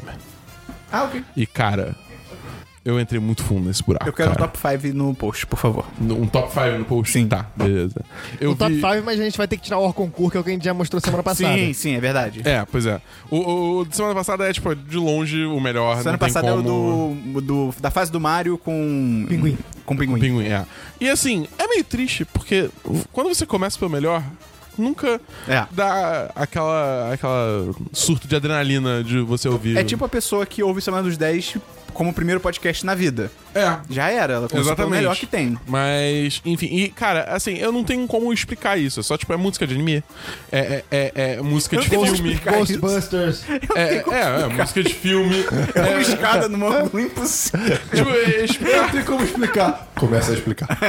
Ah, ok.
E, cara... Eu entrei muito fundo nesse buraco.
Eu quero
cara.
um top 5 no post, por favor.
No- Um top 5 no post?
Sim.
Tá, beleza. Eu
O top
vi...
5, mas a gente vai ter que tirar o Orconcur, que é o que a gente já mostrou semana passada.
Sim, sim, é verdade.
É, pois é. O, o, o de semana passada é, tipo, de longe o melhor.
Semana
não tem
passada
como...
é o do, do- da fase do Mario com.
Pinguim.
Com pinguim.
Pinguim, é. E assim, é meio triste, porque quando você começa pelo melhor, nunca
É.
dá aquela, aquela surto de adrenalina de você ouvir.
É tipo a pessoa que ouve Semana dos 10 como o primeiro podcast na vida.
É.
Já era, ela começou pelo
Exatamente.
melhor que tem.
Mas, enfim, e cara, assim, eu não tenho como explicar isso. É só, tipo, é música de anime. É, é, é, é música
Eu
de
não tenho como
filme.
explicar isso.
Ghostbusters.
É, é, é, música de filme.
É uma escada no mundo impossível.
tipo, é, explica-
Não tem como explicar. Começa a explicar.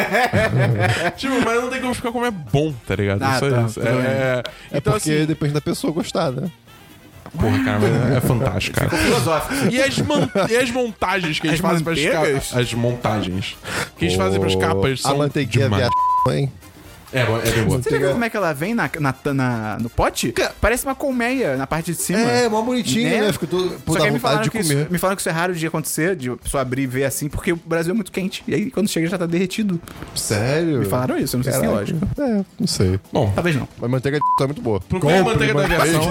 tipo, mas não tem como explicar como é bom, tá ligado?
Ah,
É só
tá,
isso.
tudo
É,
bem.
é- então,
Porque
assim,
depende da pessoa gostar, né?
porra, cara, mas é fantástico, cara.
Filosófico.
E as, man- e as montagens que
As
eles fazem pras
manteigas?
capas. As montagens. Que eles fazem pras
Pô,
capas são.
A manteiguinha
demais.
viada, é hein?
É, bo- é bem boa.
é Você já viu como é que ela vem na, na- na- no pote? Parece uma colmeia na parte de cima.
É, mó bonitinho,
Né?
né? Fico todo, pô,
Só que
dá
aí me falaram,
vontade de
que isso,
comer.
me falaram que isso é raro de acontecer, de a pessoa abrir e ver assim, porque o Brasil é muito quente. E aí quando chega já tá derretido.
Sério?
Me falaram isso, eu não sei se tem
Caraca.
lógico.
É, não sei.
Bom,
Talvez não.
Mas manteiga de é muito boa.
procura a manteiga da aviação.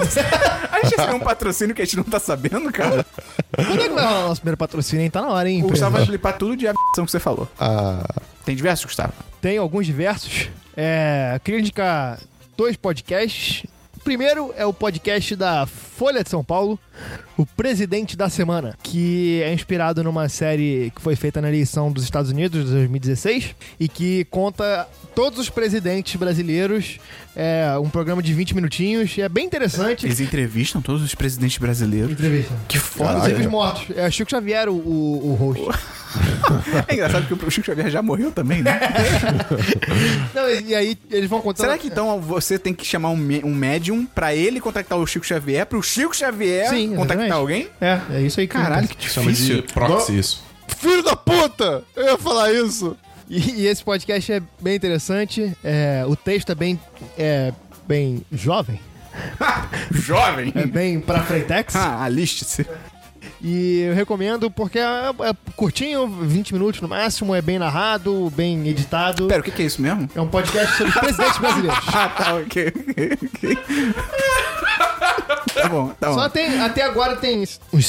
A gente recebeu um patrocínio que a gente não tá sabendo, cara.
Quando é que vai rolar o nosso primeiro patrocínio, hein? Tá na hora, hein?
O Gustavo vai
empresa?
flipar tudo de aviação que você falou.
Ah,
Tem diversos, Gustavo.
Tem alguns diversos. É, queria indicar dois podcasts. O primeiro é o podcast da Folha de São Paulo, o Presidente da Semana, que é inspirado numa série que foi feita na eleição dos Estados Unidos de 2016 e que conta todos os presidentes brasileiros. É um programa de 20 minutinhos e é bem interessante.
Eles entrevistam todos os presidentes brasileiros.
Entrevista.
Que foda.
Inclusive os mortos. É o Chico Xavier, o, o, o host.
É engraçado que o Chico Xavier já morreu também, né?
Não, e e aí eles vão contando.
Será que então você tem que chamar um, mé- um médium pra ele contactar o Chico Xavier, pro Chico Xavier
Sim,
contactar
exatamente.
alguém?
É, é isso aí. que
Caralho,
acontece.
que
Chama de
difícil.
proxy isso.
filho da puta! Eu ia falar isso.
E, e esse podcast é bem interessante. é, o texto é bem, é, bem jovem,
Jovem!
é bem pra Freitex.
Ah, aliste-se.
E eu recomendo porque é, é curtinho, 20 minutos no máximo, é bem narrado, bem editado.
Pera, o que que é isso mesmo?
É um podcast sobre presidentes brasileiros.
Ah, tá, ok, ok, ok. tá bom, tá bom.
Então.
Só tem, até agora tem uns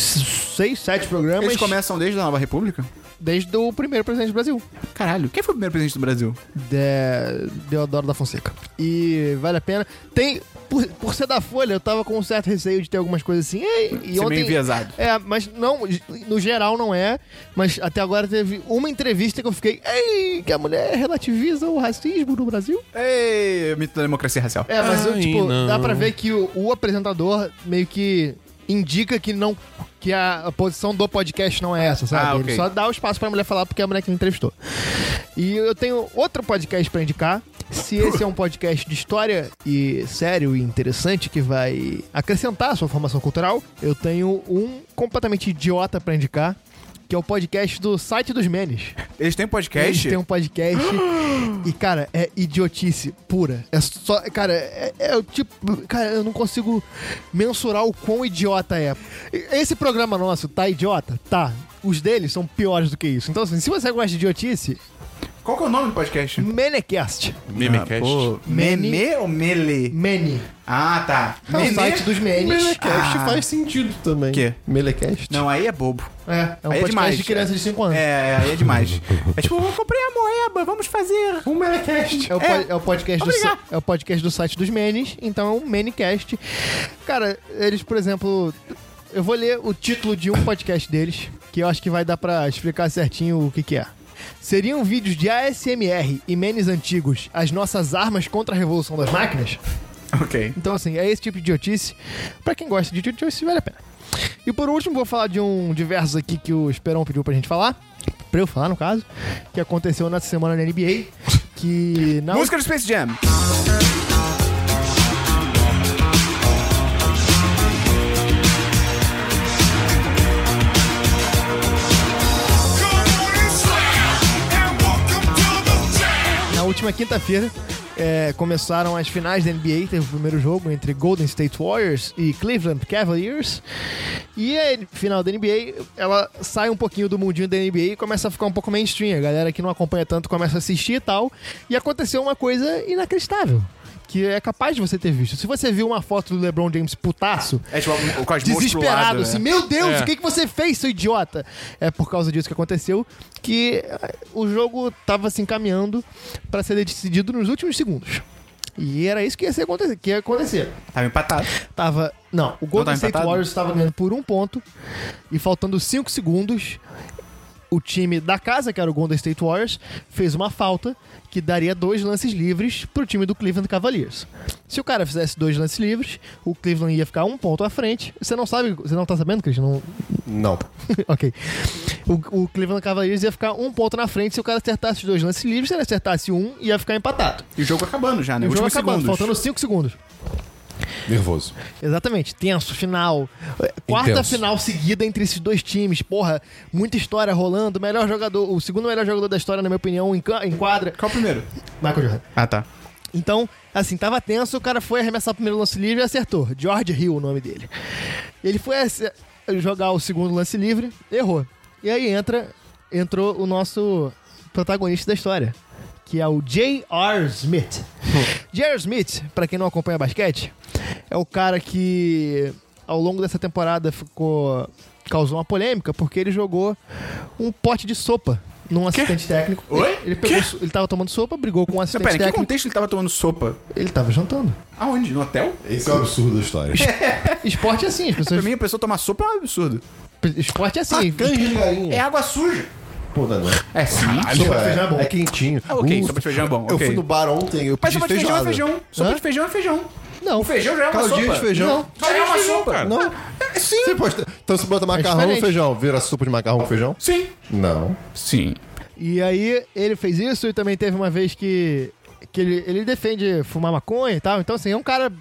6, 7 programas
Eles começam desde a Nova República?
desde o primeiro presidente do Brasil.
Caralho, quem foi o primeiro presidente do Brasil?
de Deodoro da Fonseca. E vale a pena. Tem. Por, por ser da Folha, eu tava com um certo receio de ter algumas coisas assim. E, e
Ser
ontem,
meio enviesado.
É, mas não, no geral não é. Mas até agora teve uma entrevista que eu fiquei. Ei, que a mulher relativiza o racismo no Brasil.
Ei, mito da democracia racial.
É, mas eu,
Ai,
tipo,
não.
dá pra ver que o, o apresentador meio que indica que não. Que a, a posição do podcast não é essa, sabe?
Ah,
Ele
ok.
só dá o espaço pra mulher falar porque é a mulher que ele entrevistou. E eu tenho outro podcast pra indicar. Se esse é um podcast de história e sério e interessante que vai acrescentar a sua formação cultural, eu tenho um completamente idiota pra indicar, que é o podcast do site dos Menes.
Eles têm
Eles
podcast?
têm um podcast. e, cara, é idiotice pura. É só. Cara, é, é o tipo. Cara, eu não consigo mensurar o quão idiota é. E- Esse programa nosso tá idiota? Tá. Os deles são piores do que isso. Então, assim, se você gosta de idiotice, um-
Qual que é o nome do podcast? Ah,
Menecast.
Memecast.
pô,
Mene-
Meme ou Mele?
Mene.
Ah, tá.
É o site dos Menes.
Melecast
Ah.
faz sentido também.
Quê?
Melecast?
Não, aí é bobo.
É, é um
Aí é
podcast
demais,
de criança
é.
de 5 anos. É.
É, aí é demais. É tipo, eu comprei a moeba, vamos fazer.
Um Melecast.
o, po-
É.
é o podcast do,
Obrigado.
sa- é o podcast do site dos Menes, então é um Menecast. Cara, eles, por exemplo, eu vou ler o título de um podcast deles, que eu acho que vai dar pra explicar certinho o que que é. Seriam vídeos de ASMR e memes antigos, as nossas armas contra a revolução das máquinas?
Ok.
Então, assim, é esse tipo de idiotice. Pra quem gosta de idiotice, vale a pena. E por último, vou falar de um diversos aqui que o Esperão pediu pra gente falar. Pra eu falar, no caso. Que aconteceu nessa semana na NBA. Que na
Música do Space Jam.
Na última quinta-feira, é, começaram as finais da NBA. Teve o primeiro jogo entre Golden State Warriors e Cleveland Cavaliers. E a final da NBA, ela sai um pouquinho do mundinho da NBA e começa a ficar um pouco mainstream. A galera que não acompanha tanto começa a assistir e tal. E aconteceu uma coisa inacreditável. Que é capaz de você ter visto. Se você viu uma foto do LeBron James putaço,
É tipo, o- com as mãos pro
desesperado,
lado,
assim,
né?
meu Deus,
É.
o que, que você fez, seu idiota? É por causa disso que aconteceu que eh, o jogo tava se encaminhando pra ser decidido nos últimos segundos. E era isso que ia, ser acontecer, que ia acontecer.
Tava empatado.
Tava. Não, o Golden
tava
State
empatado?
Warriors estava ganhando por um ponto e faltando cinco segundos. O time da casa, que era o Golden State Warriors, fez uma falta que daria dois lances livres pro time do Cleveland Cavaliers. Se o cara fizesse dois lances livres, o Cleveland ia ficar um ponto à frente. Você não sabe, você não tá sabendo, Christian? Não,
Não.
ok. O, o Cleveland Cavaliers ia ficar um ponto na frente se o cara acertasse os dois lances livres. Se ele acertasse um, ia ficar empatado.
E o jogo acabando já, né?
E o jogo
Últimos
acabando,
segundos.
faltando cinco segundos.
Nervoso.
Exatamente, tenso, final. Quarta
Intenso.
final seguida entre esses dois times. Porra, muita história rolando. Melhor jogador, o segundo melhor jogador da história, na minha opinião, em, ca- em quadra.
Qual o primeiro?
Michael Jordan.
Ah, tá.
Então, assim, tava tenso, o cara foi arremessar o primeiro lance livre e acertou. George Hill, o nome dele. Ele foi ace- jogar o segundo lance livre, errou. E aí entra, entrou o nosso protagonista da história, que é o J.R. Smith. J.R. Smith, pra quem não acompanha basquete, é o cara que ao longo dessa temporada ficou causou uma polêmica porque ele jogou um pote de sopa num assistente técnico.
Oi?
Ele, pegou, so- ele tava tomando sopa, brigou com um
Não,
assistente
pera, em que
técnico.
contexto ele tava tomando sopa?
Ele tava jantando.
Aonde? No hotel?
Esse é o absurdo da história.
Esporte é assim, as
Pra
pessoas.
mim, a pessoa tomar sopa é um absurdo.
Esporte é assim.
É água suja.
Pô, não, não.
É sim.
Sopa
de feijão é bom.
é, é quentinho.
Ah, ok,
Uh,
sopa de feijão é bom.
Eu
ok.
fui no bar ontem, eu
Mas
pedi
sopa de feijão é
feijoada.
feijão. Sopa
Hã?
de feijão é feijão.
Não.
O feijão já é uma
Caldinho
sopa.
de feijão.
Não.
Já é uma
Feijão,
sopa.
cara.
Não.
É, sim.
Você pode ter- Então você bota macarrão no
diferente.
feijão, vira sopa de macarrão com feijão?
Sim.
Não.
Sim.
E aí ele fez isso e também teve uma vez que. que ele, ele defende fumar maconha e tal. Então, assim, é um cara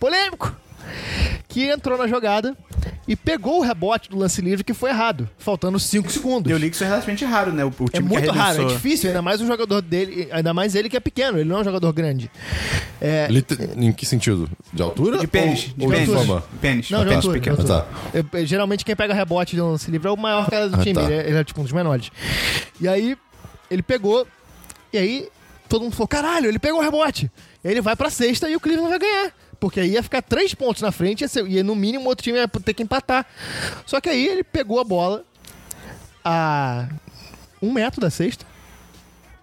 polêmico. Que entrou na jogada e pegou o rebote do lance livre que foi errado, faltando 5 segundos.
Eu li que isso é relativamente raro, né? O, o time
É
que
muito raro, é
arremessou.
difícil, ainda mais um jogador dele, ainda mais ele que é pequeno, ele não é um jogador grande. É,
Ele te- Em que sentido? De altura?
De pênis.
Ou-
De
ou
pênis.
forma?
Pênis.
Não, de
Pênis
altura,
pequeno.
de altura.
Tá.
É, é, geralmente quem pega rebote do lance livre é o maior cara do
Ah,
time.
tá.
Ele, é, ele é tipo um dos menores. E aí, ele pegou. E aí, todo mundo falou: caralho, ele pegou o rebote. Ele vai pra sexta e o Cleveland vai ganhar. Porque aí ia ficar três pontos na frente ia ser- e no mínimo o outro time ia ter que empatar. Só que aí ele pegou a bola a um metro da sexta,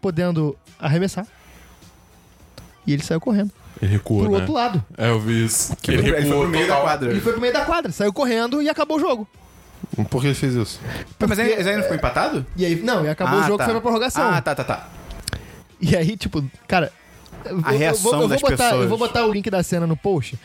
podendo arremessar. E ele saiu correndo
Ele recuou,
pro
né?
outro lado.
É, eu vi isso. Que
Ele foi pro meio da quadra.
Ele foi pro meio da quadra, saiu correndo e acabou o jogo.
Por que ele fez isso?
Pô, Mas aí, mas aí não ficou empatado?
E aí, não, e acabou
Ah,
o jogo,
tá.
foi pra prorrogação.
Ah, tá, tá, tá.
E aí, tipo, cara. eu-
A reação das
botar,
pessoas.
Eu vou botar o link da cena no post,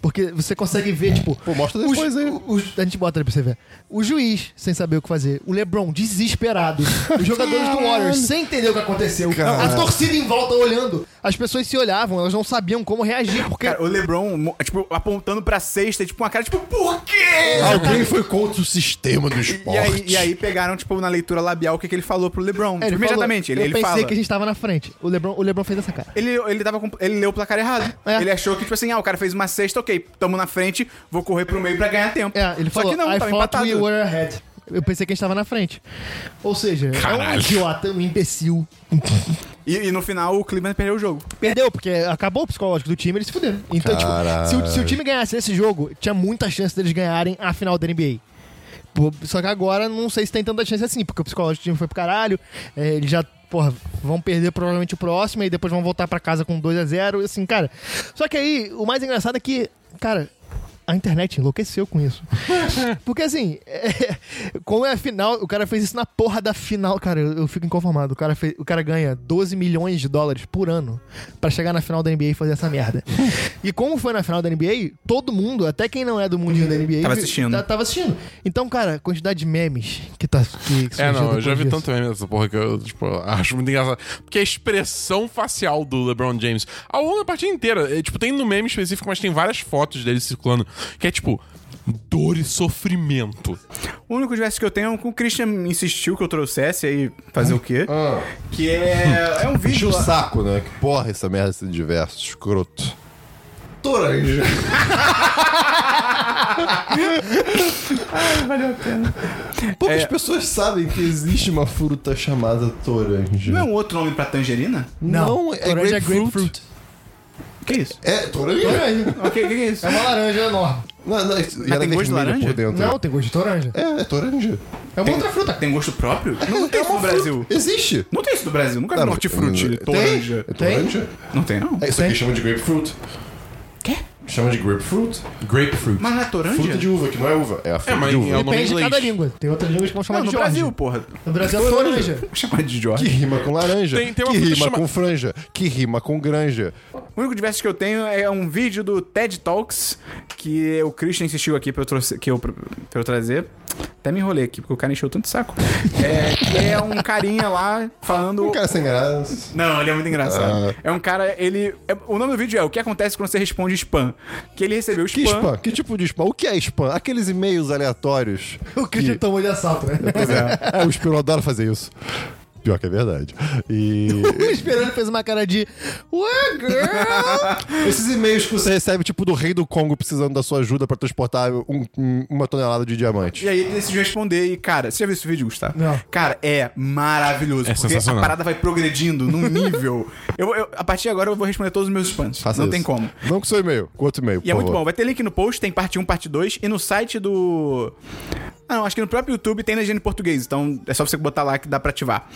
porque você consegue ver, tipo.
Pô, mostra
os-
depois aí.
os- a gente bota ali pra você ver. O juiz, sem saber o que fazer. O LeBron, desesperado. Os jogadores do Warriors, sem entender o que aconteceu. A torcida em volta olhando. As pessoas se olhavam, elas não sabiam como reagir, porque.
Cara, o LeBron, mo- tipo, apontando pra sexta, tipo, uma cara, tipo, por quê?
Alguém Ah, foi contra o sistema do
E
esporte.
aí, e aí pegaram, tipo, na leitura labial o que, que ele falou pro LeBron.
É,
Tipo, imediatamente,
falou,
ele,
Eu
ele
pensei
fala.
que a gente tava na frente. O LeBron, o LeBron fez essa cara.
Ele, ele, tava com- ele leu o placar errado.
É.
Ele achou que, tipo assim, ah, o cara fez uma sexta, ok, tamo na frente, vou correr pro meio pra ganhar tempo.
É, ele
Só
falou,
que não,
I
tava
thought
empatado.
we were ahead. Eu pensei que a gente tava na frente. Ou seja, é um
Caralho.
idiota, um imbecil.
E, e no final o Cleveland perdeu o jogo.
Perdeu, porque acabou o psicológico do time, eles se fuderam. Então,
Caralho.
tipo, se o, se o time ganhasse esse jogo, tinha muita chance deles ganharem a final da NBA. Pô, Só que agora não sei se tem tanta chance assim, porque o psicológico do time foi pro caralho, é, eles já, porra, vão perder provavelmente o próximo, e depois vão voltar pra casa com 2 a 0 e assim, cara. Só que aí, o mais engraçado é que, cara, a internet enlouqueceu com isso. Porque assim, é, como é a final, o cara fez isso na porra da final. Cara, eu, eu fico inconformado. O cara, fez- o cara ganha 12 milhões de dólares por ano pra chegar na final da NBA e fazer essa merda. e como foi na final da NBA, todo mundo, até quem não é do mundinho da NBA,
Tava
vi-
assistindo.
tá- tava assistindo. Então, cara, a quantidade de memes que tá. Que
É,
surgiu
não, eu
depois
já vi
disso.
tanto meme dessa porra que eu, tipo, acho muito engraçado. Porque a expressão facial do LeBron James, ao longo da partida inteira, é, tipo, tem no meme específico, mas tem várias fotos dele circulando, que é tipo, dor e sofrimento.
O único diverso que eu tenho é um que o Christian insistiu que eu trouxesse aí fazer o quê?
Ah,
Que é, é um
enche
vídeo.
o
lá-
saco, né? Que porra essa merda, esse diverso, escroto.
Toranja.
Poucas pessoas sabem que existe uma fruta chamada toranja.
Não é um outro nome pra tangerina?
Não,
Não, é
laranja
grapefruit.
O que é isso?
É toranja.
O que, que é isso?
É uma laranja enorme.
Não, não, isso- e ela
tem gosto de
vermelha
laranja?
Por dentro.
Não, tem gosto de toranja.
É, é toranja.
É uma outra fruta.
Tem gosto próprio? Não, não tem isso no Brasil.
É Existe.
Não tem isso no Brasil. Nunca vi um hortifruti,
Tem?
toranja.
É toranja.
Não tem, não.
É isso aqui chama de grapefruit.
Quê?
Chama de grapefruit.
Grapefruit.
Mas não é
Fruta
toranja?
de uva, que não é uva. É a fruta
É, mas
de uva.
é o nome
Depende de
inglês.
cada língua. Tem outras línguas que vão chamar
Não,
de
no
Jorge.
Brasil, porra.
No Brasil é toranja.
Vou chamar de
Que
Jorge.
rima com laranja.
Tem- tem uma
que
fruta
rima
chama-
com franja. Que rima com granja.
O único diverso que eu tenho é um vídeo do TED Talks que o Christian insistiu aqui pra eu, trouxe, que eu, pra eu trazer. Até me enrolei aqui, porque o cara encheu tanto o saco. É, que é um carinha lá falando.
Um cara sem graça.
Não, ele é muito engraçado.
Ah.
É um cara, ele. é- o nome do vídeo é O que acontece quando você responde spam? Que ele recebeu
Que
spam.
spam? Que tipo de spam? O que é spam? Aqueles e-mails aleatórios.
O Christian
que...
tomou de assalto, né?
Pois é. é, o Spinodoro fazer isso. Pior que é verdade. E.
O Esperando fez uma cara de. Ué, girl!
Esses e-mails que você recebe, tipo, do rei do Congo precisando da sua ajuda pra transportar um- um- uma tonelada de diamante.
E aí ele decidiu responder e, cara, você já viu esse vídeo, Gustavo?
Não.
Cara, é maravilhoso.
É
porque a
sensacional.
parada vai progredindo num nível. eu, eu- a partir de agora eu vou responder todos os meus spams.
Faça
não
isso.
tem como.
Não com seu e-mail, com outro e-mail.
E é muito bom. Vai ter link no post, tem parte 1, parte 2. E no site do. Ah, não, acho que no próprio YouTube tem legenda em português. Então é só você botar lá que dá pra ativar.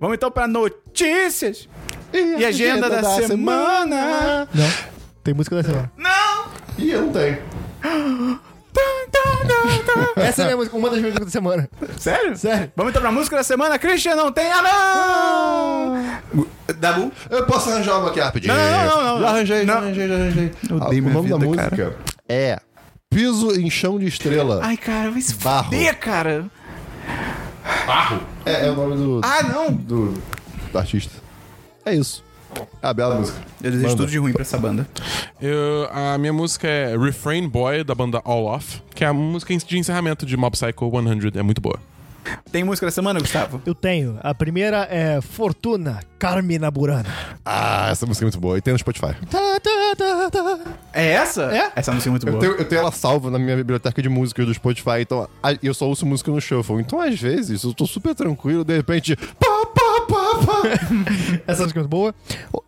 Vamos então pra notícias e agenda da, semana.
Não. Tem música da semana.
Não!
E eu não tenho.
Tum, tum, tum, tum.
Essa é minha música- uma das minhas músicas da semana.
Sério?
Sério.
Vamos então pra música da semana. Christian, não tem. Ah, não! Gu- Dabu?
Eu posso arranjar uma aqui rapidinho.
Não, não, não, não.
Já arranjei,
Não.
já arranjei, já arranjei.
odeio
Ah,
minha
o nome da
vida,
música é Piso em Chão de Estrela.
Ai, cara, vai se
Barro.
fuder, cara.
É, é o nome do,
Ah, não!
do,
Ah.
do artista. É isso. É a bela música.
Eu desejo
Manda.
tudo de ruim pra essa banda.
Eu- a minha música é Refrain Boy, da banda All Off, que é a música de encerramento de Mob Psycho 100. É muito boa.
Tem música da semana, Gustavo?
Eu tenho. A primeira é Fortuna, Carmina Burana.
Ah, essa música é muito boa. E tem no Spotify.
Tá, tá, tá, tá.
É essa?
É.
Essa música é muito
Eu
boa.
tenho, eu tenho ela salva na minha biblioteca de músicas do Spotify, então a- eu só ouço música no shuffle. Então, às vezes, eu tô super tranquilo, de repente. Pá, pá, pá, pá.
Essa música é muito boa.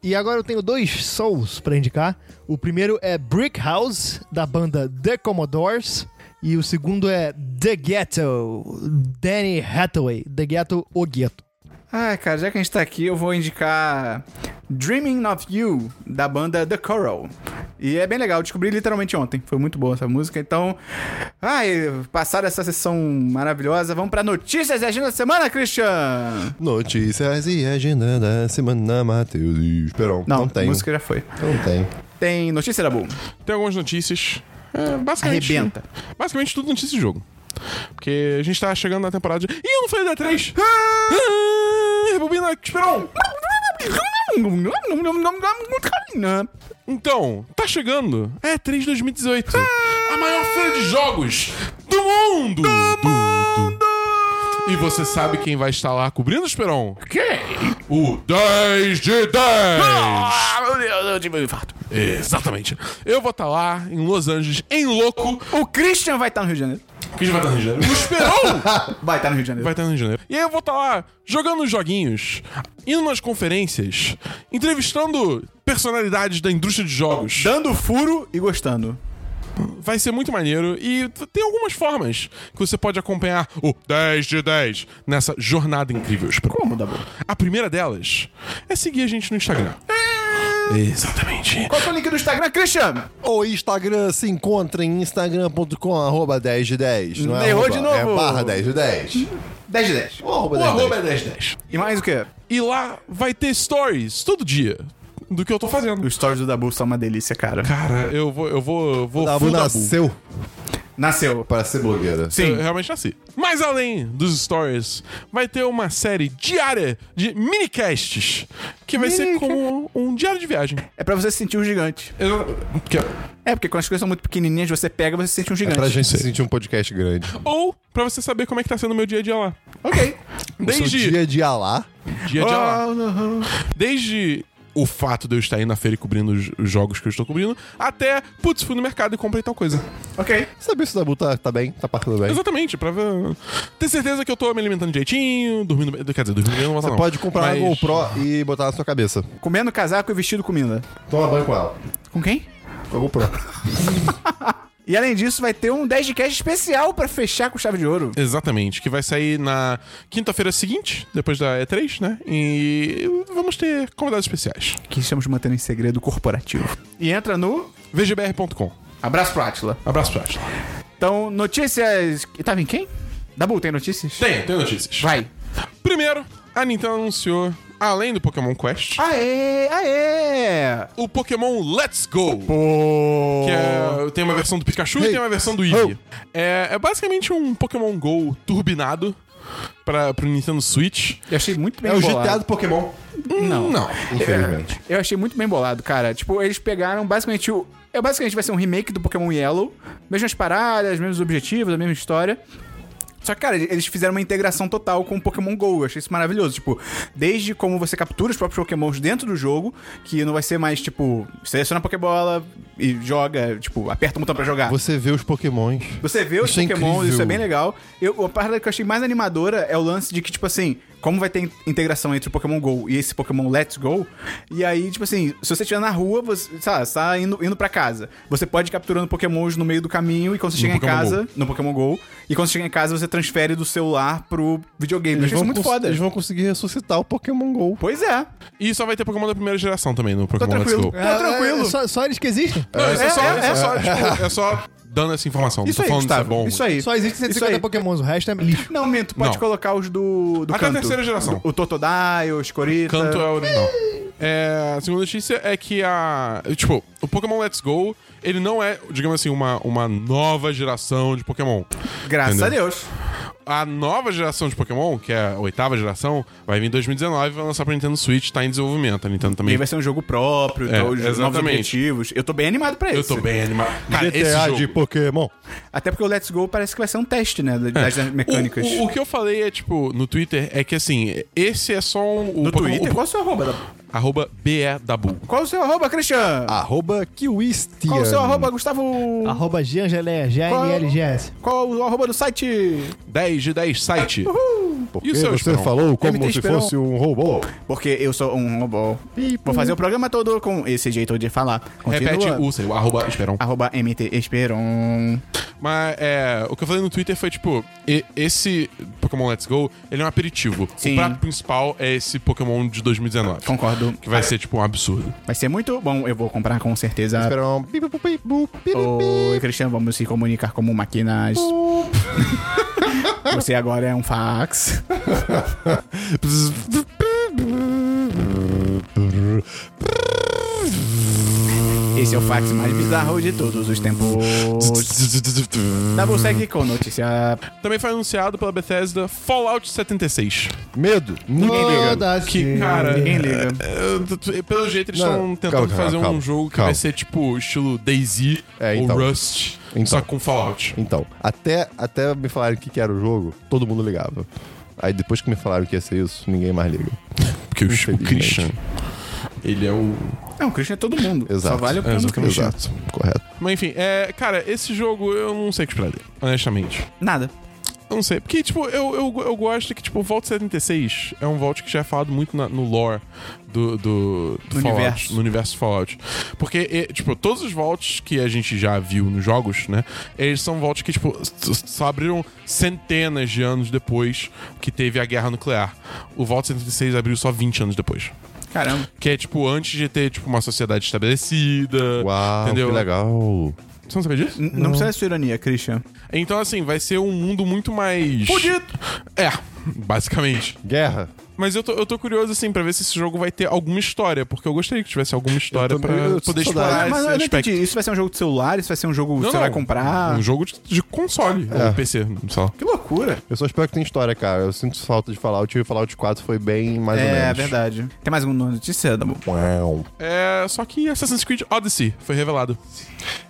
E agora eu tenho dois souls pra indicar. O primeiro é Brick House, da banda The Commodores. E o segundo é The Ghetto, Danny Hathaway. The Ghetto, o Ghetto.
Ai, cara, já que a gente tá aqui, eu vou indicar Dreaming of You, da banda The Coral. E é bem legal, eu descobri literalmente ontem. Foi muito boa essa música. Então, ai, passar essa sessão maravilhosa, vamos pra notícias e agenda da semana, Christian!
Notícias e agenda da semana, Matheus. e Esperão.
Não,
Não, não
a
tem.
música é- já foi.
Não tem.
Tem notícia da Boom.
Tem algumas notícias. É, basicamente.
Arrebenta.
Basicamente tudo notícia de jogo. Porque a gente tá chegando na temporada de. Ih, eu não falei da 3! Rebobina, Esperon! Então, tá chegando a E3 2018. A maior feira de jogos do mundo! Do mundo! E você sabe quem vai estar lá cobrindo o Esperon? Quem? O 10 de 10!
meu Deus, eu tive um infarto.
Exatamente. Eu vou estar lá em Los Angeles, em louco.
O Christian vai estar no Rio de Janeiro.
Quem vai estar no Rio de Janeiro? O Esperon!
Vai tá estar no Rio de Janeiro.
Vai estar no Rio de Janeiro. E aí eu vou estar lá jogando os joguinhos, indo nas conferências, entrevistando personalidades da indústria de jogos.
Dando furo e gostando.
Vai ser muito maneiro e t- tem algumas formas que você pode acompanhar o 10 de 10 nessa jornada incrível.
Como, Dabu?
A primeira delas é seguir a gente no Instagram.
É.
Exatamente.
Qual que é o link do Instagram, Christian?
O Instagram se encontra em instagram.com arroba 10 de 10. Não é
Errou
arroba,
de novo.
É barra 10 de 10.
10 de 10.
Ou arroba
O
10 de 10.
arroba é 10 de 10.
E mais o quê?
E lá vai ter stories todo dia do que eu tô fazendo.
Os stories do Dabu são uma delícia, cara.
Cara, eu vou. Eu vou. eu vou
Dabu
full Dabu.
nasceu
Nasceu.
para ser blogueira.
Sim.
Eu realmente nasci. Mas além dos stories, vai ter uma série diária de minicasts. Que vai ser como um diário de viagem.
É pra você se sentir um gigante.
Eu- que-
É, porque quando as coisas são muito pequenininhas, você pega, você se sente um
É
gigante.
pra gente se sentir um podcast grande.
Ou pra você saber como é que tá sendo o meu dia a dia lá.
Ok.
O
Desde.
seu dia de Alá.
dia a dia lá.
Oh, não.
Desde o fato de eu estar aí na feira e cobrindo os os jogos que eu estou cobrindo, até, putz, fui no mercado e comprei tal coisa.
Ok.
Saber se o Dabu tá, tá bem, tá passando bem.
Exatamente, pra ver- ter certeza que eu tô me alimentando direitinho, dormindo. bem- Quer dizer, dormindo bem eu não vou
Você
não.
pode comprar
Mas-
uma GoPro e botar na sua cabeça.
Comendo casaco e vestido comida.
Toma banho com ela.
Com quem?
Com a GoPro.
E além disso, vai ter um 10 de cast especial pra fechar com chave de ouro.
Exatamente, que vai sair na quinta-feira seguinte, depois da E3, né? E vamos ter convidados especiais.
Que estamos mantendo em segredo corporativo. E entra no...
VGBR.com.
Abraço pro Atila.
Abraço pra Atila.
Então, notícias... E Tava em quem? Dabu, tem notícias?
Tem, tem notícias.
Vai.
Primeiro, a Nintendo anunciou, além do Pokémon Quest,
Aê, aê.
o Pokémon Let's Go.
Pô.
Que é, tem uma versão do Pikachu e
Hey.
tem uma versão do Eevee. É, é basicamente um Pokémon GO turbinado para pro Nintendo Switch.
Eu achei muito bem
É o
bolado.
GTA do Pokémon.
Não. Não.
Infelizmente.
Eu achei muito bem bolado, cara. Tipo, eles pegaram basicamente o. É, basicamente vai ser um remake do Pokémon Yellow. Mesmas paradas, mesmos objetivos, a mesma história. Só que, cara, eles fizeram uma integração total com o Pokémon GO. Eu achei isso maravilhoso. Tipo, desde como você captura os próprios Pokémons dentro do jogo, que não vai ser mais, tipo, seleciona a Pokébola e joga, tipo, aperta o botão pra jogar.
Você vê os pokémons.
Você vê os
Isso é
Pokémon,
incrível.
isso é bem legal. Eu, a parada que eu achei mais animadora é o lance de que, tipo assim, como vai ter in- integração entre o Pokémon GO e esse Pokémon Let's Go, e aí, tipo assim, se você estiver na rua, você, sei lá, você tá indo, indo pra casa. Você pode ir capturando Pokémons no meio do caminho e quando você chega em
Pokémon
casa, no Pokémon GO, e quando você chega em casa, você transfere do celular pro videogame. Eu achei isso muito
cons-
foda.
eles vão conseguir ressuscitar o Pokémon GO.
Pois é,
E só vai ter Pokémon da primeira geração também no
tô
Pokémon Let's
Tá tranquilo.
Go.
Tô
É,
tranquilo.
é, só, só eles que existem?
Não, isso é,
É,
só,
é,
isso é só, tipo, é só dando essa informação.
Isso
não
aí,
tô falando se é
Gustavo.
bom.
Isso aí.
Só existem
Isso
150
aí.
pokémons, o resto é lixo.
Não, Minto, pode
Não.
colocar os do, do
Até a
canto.
terceira geração.
O Totodile, o Escorita.
Canto é original. É, a segunda notícia é que a. Tipo, o Pokémon Let's Go, ele não é, digamos assim, uma, uma nova geração de Pokémon.
Graças
Entendeu?
a Deus.
A nova geração de Pokémon, que é a oitava geração, vai vir em 2019 vai lançar pra Nintendo Switch, tá em desenvolvimento. A Nintendo
E
também.
aí vai ser um jogo próprio,
É,
então, os novos
exatamente.
objetivos. Eu tô bem animado pra
Eu
isso.
tô bem animado. Cara, Ah, esse
GTA
jogo-
de Pokémon.
Até porque o Let's Go parece que vai ser um teste, né? Das mecânicas.
É. O, o- o que eu falei é, tipo, no Twitter, é que assim, esse é só um. O
no
Pokémon-
Twitter?
o-
Qual o seu arroba? da-
arroba BE Dabu.
Qual o seu arroba, Christian?
Arroba Kiwistian.
Qual o seu arroba, Gustavo?
Arroba Giangeleia, G-N-L-G-S.
Qual o arroba do site?
10 de 10 site.
Ah,
Porque
E o seu,
você
Esperon?
falou como
MT
se
Esperon.
fosse um robô.
Porque eu sou um robô. Vou fazer o programa todo com esse jeito de falar. Continua. Ah.
Repete o seu, arroba Esperon.
Arroba MT Esperon.
Mas é, o que eu falei no Twitter foi tipo: e- esse Pokémon Let's Go, ele é um aperitivo.
Sim.
O prato principal é esse Pokémon de 2019.
Concordo.
Que vai ser tipo um absurdo.
Vai ser muito bom. Eu vou comprar com certeza.
Ah.
Esperon.
Oi, Christian, vamos se comunicar como máquinas. Você agora é um fax. Esse é o fax mais bizarro de todos os tempos. Dabu segue com notícia.
Também foi anunciado pela Bethesda Fallout 76.
Medo. Ninguém
Foda-se.
Que, cara.
Ninguém liga.
é, é, Pelo jeito, eles
Não,
estão tentando
calma, calma,
fazer um
calma,
jogo que
calma.
vai ser tipo estilo DayZ
É,
ou
então.
Rust,
Então.
só com Fallout.
Então, até, até me falarem o que, que era o jogo, todo mundo ligava. Aí depois que me falaram que ia ser isso, ninguém mais liga.
Porque o
Infelizmente.
Christian, ele é o
Não, o Christian é todo mundo.
Exato.
Só vale o
É,
plano
exatamente.
Christian.
Exato, correto.
Mas enfim, é, cara, esse jogo eu não sei o que esperar dele, honestamente.
Nada.
Eu não sei. Porque, tipo, eu, eu, eu gosto que, tipo, o Vault 76 é um Vault que já é falado muito na- no lore do, do, do
No
Fallout.
universo.
No universo Fallout. Porque, e, tipo, todos os Vaults que a gente já viu nos jogos, né? Eles são Vaults que, tipo, s- s- só abriram centenas de anos depois que teve a guerra nuclear. O Vault 76 abriu só 20 anos depois.
Caramba.
Que é, tipo, antes de ter, tipo, uma sociedade estabelecida.
Uau, que legal.
Você não sabia disso?
N- Não, precisa de sua ironia, Christian.
Então, assim, vai ser um mundo muito mais.
Fudido.
É, basicamente.
Guerra.
Mas eu tô, eu tô curioso, assim, pra ver se esse jogo vai ter alguma história, porque eu gostaria que tivesse alguma história
Eu
pra
também- eu
poder
tô
explorar
saudade.
esse
mas eu não
aspecto.
entendi. Isso vai ser um jogo de celular? Isso vai ser um jogo que você vai comprar? É.
Um jogo de, de console, um ou PC, sei lá.
Que loucura.
Eu só espero que tenha história, cara. Eu sinto falta de Fallout e o Fallout 4 foi bem mais ou menos. um
É, verdade. Tem mais alguma notícia, Dabu?
Uau.
É, só que Assassin's Creed Odyssey foi revelado,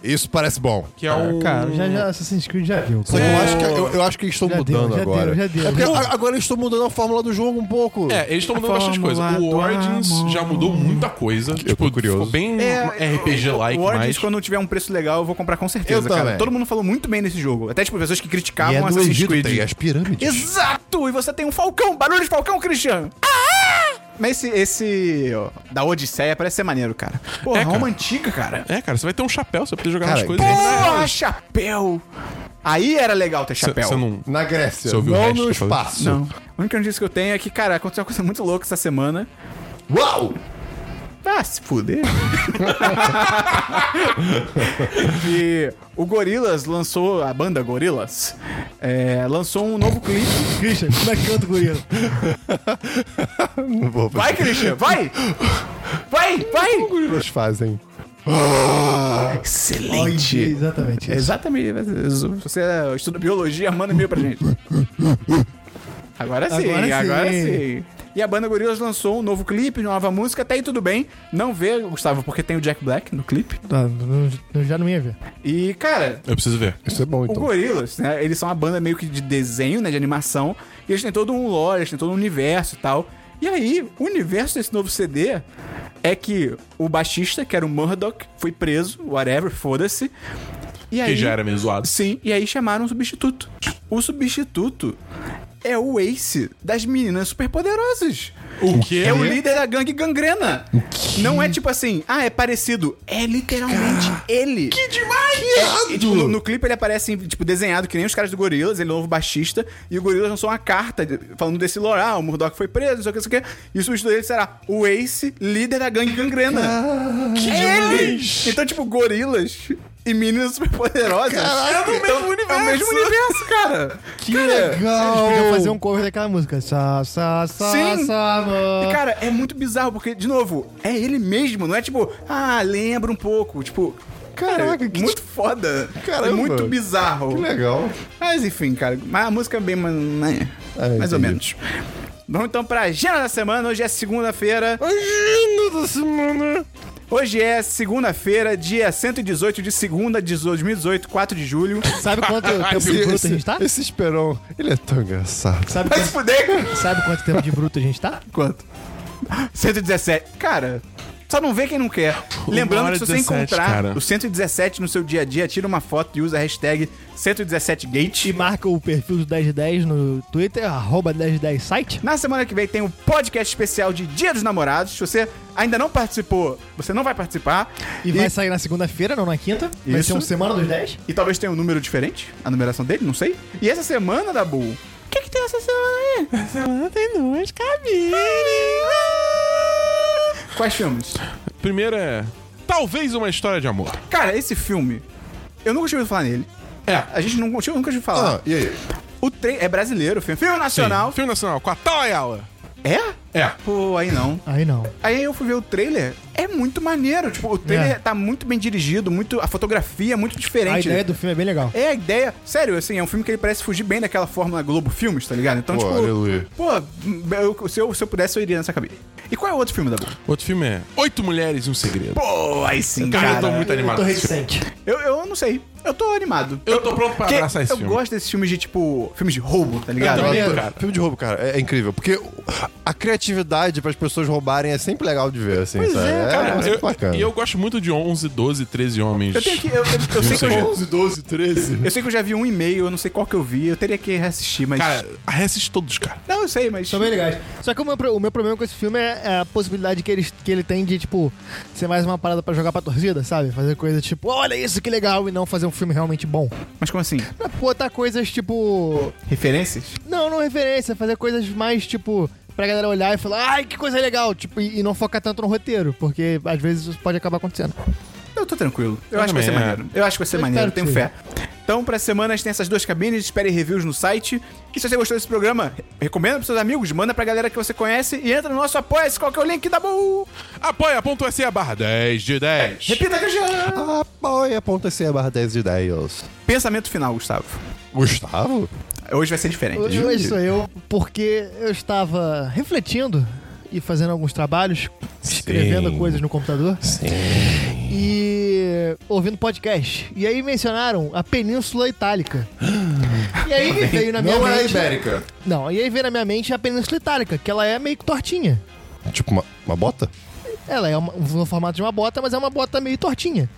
Isso parece bom.
que é um...
cara,
Já, já, Assassin's Creed já viu. É.
Só que eu acho que, eu, eu acho que eles estão
Já
mudando
deu, já
agora.
deu, já deu.
É porque a- agora eles estão mudando a fórmula do jogo um pouco.
É, eles estão mudando
A
bastante coisa. O
fórmula do
Origins
amor.
já mudou muita coisa. tipo,
curioso.
ficou bem RPG-like,
É, o Origins,
mas...
quando tiver um preço legal, eu vou comprar com certeza,
Eu
cara.
também.
Todo mundo falou muito bem nesse jogo. Até, tipo, pessoas que
E
criticavam
é do
Assassin's
Egito,
Creed.
tem as pirâmides.
Exato! E você tem um falcão, barulho de falcão, Christian! Ah! Mas esse, esse ó, da Odisseia parece ser maneiro, cara. É. Porra,
É, cara.
Roma antiga, cara.
É, cara, você vai ter um chapéu, você vai poder jogar
Cara,
umas coisas.
Porra, chapéu! Aí era legal ter chapéu.
Você não...
Na Grécia.
Você ouviu o
não
resto
no
que eu falei?
espaço.
Não. A única notícia que eu tenho é que, cara, aconteceu uma coisa muito louca essa semana.
Uau!
Ah, se fuder. que o Gorillaz lançou, a banda Gorillaz, é, lançou um novo clipe.
Christian, como é que canta o gorila?
Não vou
Vai, Christian, vai! Vai, vai!
eles fazem.
Excelente!
Exatamente. isso.
Exatamente. Se você é, estuda biologia, manda e-mail pra gente. Agora sim,
Agora
agora
sim.
sim. E a banda Gorillaz lançou um novo clipe, uma nova música, até aí tudo bem. Não vê, Gustavo, porque tem o Jack Black no clipe.
Ah, não- não- já não ia ver.
E, cara,
Eu preciso ver.
Isso é bom,
o
então.
Gorillaz, né? Eles são uma banda meio que de desenho, né? De animação. E eles têm todo um lore, eles têm todo um universo e tal. E aí, o universo desse novo CD é que o baixista, que era o Murdoch, foi preso, whatever, foda-se. E aí,
Que já era meio zoado.
Sim, e aí chamaram um substituto. O substituto é o Ace das meninas superpoderosas.
O um quê?
É o líder da gangue gangrena. Não é tipo assim, ah, é parecido. É literalmente ele. Que demais! no, no clipe ele aparece, tipo, desenhado, que nem os caras do Gorillaz, ele é o novo baixista, e o Gorillaz lançou uma carta de- falando desse lore, ah, o Murdoch foi preso, não sei o que, não sei o que. E o substituto dele será o Ace, líder da gangue gangrena. que ele! Então, tipo, Gorillaz e meninas superpoderosas. Caralho, é o mesmo universo. É o mesmo universo, cara. Que
Eles podiam fazer um cover daquela música. Sa, sa, sa,
Sim.
sa, ma.
E, cara, é muito bizarro, porque, de novo, é ele mesmo, não é tipo, ah, lembra um pouco. Tipo, cara,
Caraca, que
muito foda.
Caramba.
É muito bizarro.
Que legal.
Mas enfim, cara, mas a música é bem. mas- né,
Ah,
mais ou menos.
entendi.
Vamos então pra agenda da semana. Hoje é segunda-feira.
Agenda da semana.
Hoje é segunda-feira, dia 118 de segunda de 2018, 4 de julho.
Sabe quanto
Esse,
tempo bruto a gente
esse,
tá?
esse Esperon, ele é tão engraçado.
Sabe
Vai se
quanto,
fuder, cara.
sabe quanto tempo de bruto a gente tá?
Quanto? 117. Cara, só não vê quem não quer. Lembrando
hora
que se
e
você
17,
encontrar
cara.
o 117 no seu dia a dia, tira uma foto e usa a hashtag
E
117gate.
marca o perfil do 1010 no Twitter, arroba 1010 site.
Na semana que vem tem um podcast especial de Dia dos Namorados. Se você ainda não participou, você não vai participar.
E vai sair na segunda-feira, não na quinta. Vai
Isso.
ser um Semana dos 10.
e talvez tenha um número diferente, a numeração dele, não sei. E essa semana, Dabu, o que, que tem essa semana aí? Essa semana tem duas cabines. Quais filmes?
Primeiro é. Talvez uma história de amor.
Cara, esse filme, eu nunca tinha ouvido falar nele.
É.
A gente nunca, tinha- nunca tinha ouvido falar.
Ah, e aí?
O trem é brasileiro, o filme. Filme nacional.
Filme nacional, com a Tal Ayala.
É?
É.
Pô, aí não.
Aí não.
Aí eu fui ver o trailer, é muito maneiro. Tipo, o trailer
É.
tá muito bem dirigido, muito, a fotografia é muito
A
diferente.
ideia do filme é bem legal.
É a ideia. Sério, assim, é um filme que ele parece fugir bem daquela fórmula Globo Filmes, tá ligado? Então,
Pô,
tipo.
aleluia.
Pô, eu- se, eu, se eu pudesse, eu iria nessa cabine. E qual é o outro filme da boa?
Outro filme é Oito Mulheres e um Segredo.
Pô, aí sim,
Cara,
cara.
eu tô muito
Eu tô
animado.
reticente.
Eu, eu não sei. Eu tô animado.
Eu tô pronto pra
Porque
abraçar esse
eu
filme.
gosto desses filmes de, tipo, filmes de roubo, tá ligado?
Eu
também.
adoro.
cara.
Filme de roubo, cara, é, é incrível. Porque a criatividade para as pessoas roubarem é sempre legal de ver, assim, pois sabe?
é, cara.
sempre
Eu-
bacana.
E eu gosto muito de 11, 12, 13 homens.
Eu tenho que. Eu, eu- eu sei que eu,
11, 12, 13.
eu sei que eu já vi um e-mail, eu não sei qual que eu vi, eu teria que reassistir, mas.
Cara, reassiste todos, cara.
não, eu sei, mas.
São bem legais. Só que o meu, pro- o meu problema com esse filme é é a possibilidade que ele, que ele tem de, tipo, ser mais uma parada pra jogar pra torcida, sabe? Fazer coisa tipo, olha isso que legal, e não fazer um filme realmente bom.
Mas como assim?
Pra botar coisas tipo.
Referências?
Não, não referência, fazer coisas mais tipo. Pra galera olhar e falar, ai, que coisa legal! Tipo, e, e não focar tanto no roteiro, porque às vezes isso pode acabar acontecendo.
Eu tô tranquilo. Eu,
Eu
acho que vai ser
também, é.
maneiro. Eu acho que vai ser
Eu
maneiro, tenho
espero que
fé. Então, pra semana, a gente tem essas duas cabines, espere reviews no site. E se você gostou desse programa, re- recomenda pros seus amigos, manda pra galera que você conhece e entra no nosso Apoia-se, qual que é o link da boa?
Apoia.se a barra 10 de 10.
Repita, Cristiano!
Apoia.se barra 10 de Ah, 10.
Pensamento final, Gustavo.
Gustavo?
Hoje vai ser diferente.
Hoje
Entendi.
sou eu, porque eu estava refletindo e fazendo alguns trabalhos, escrevendo
Sim.
coisas no computador
Sim.
e ouvindo podcast. E aí mencionaram a Península Itálica. E aí me veio na minha
Não é
mente.
ibérica.
Não, e aí veio na minha mente a Península Itálica, que ela é meio que tortinha.
Tipo, uma, uma bota?
Ela é uma- no formato de uma bota, mas é uma bota meio tortinha.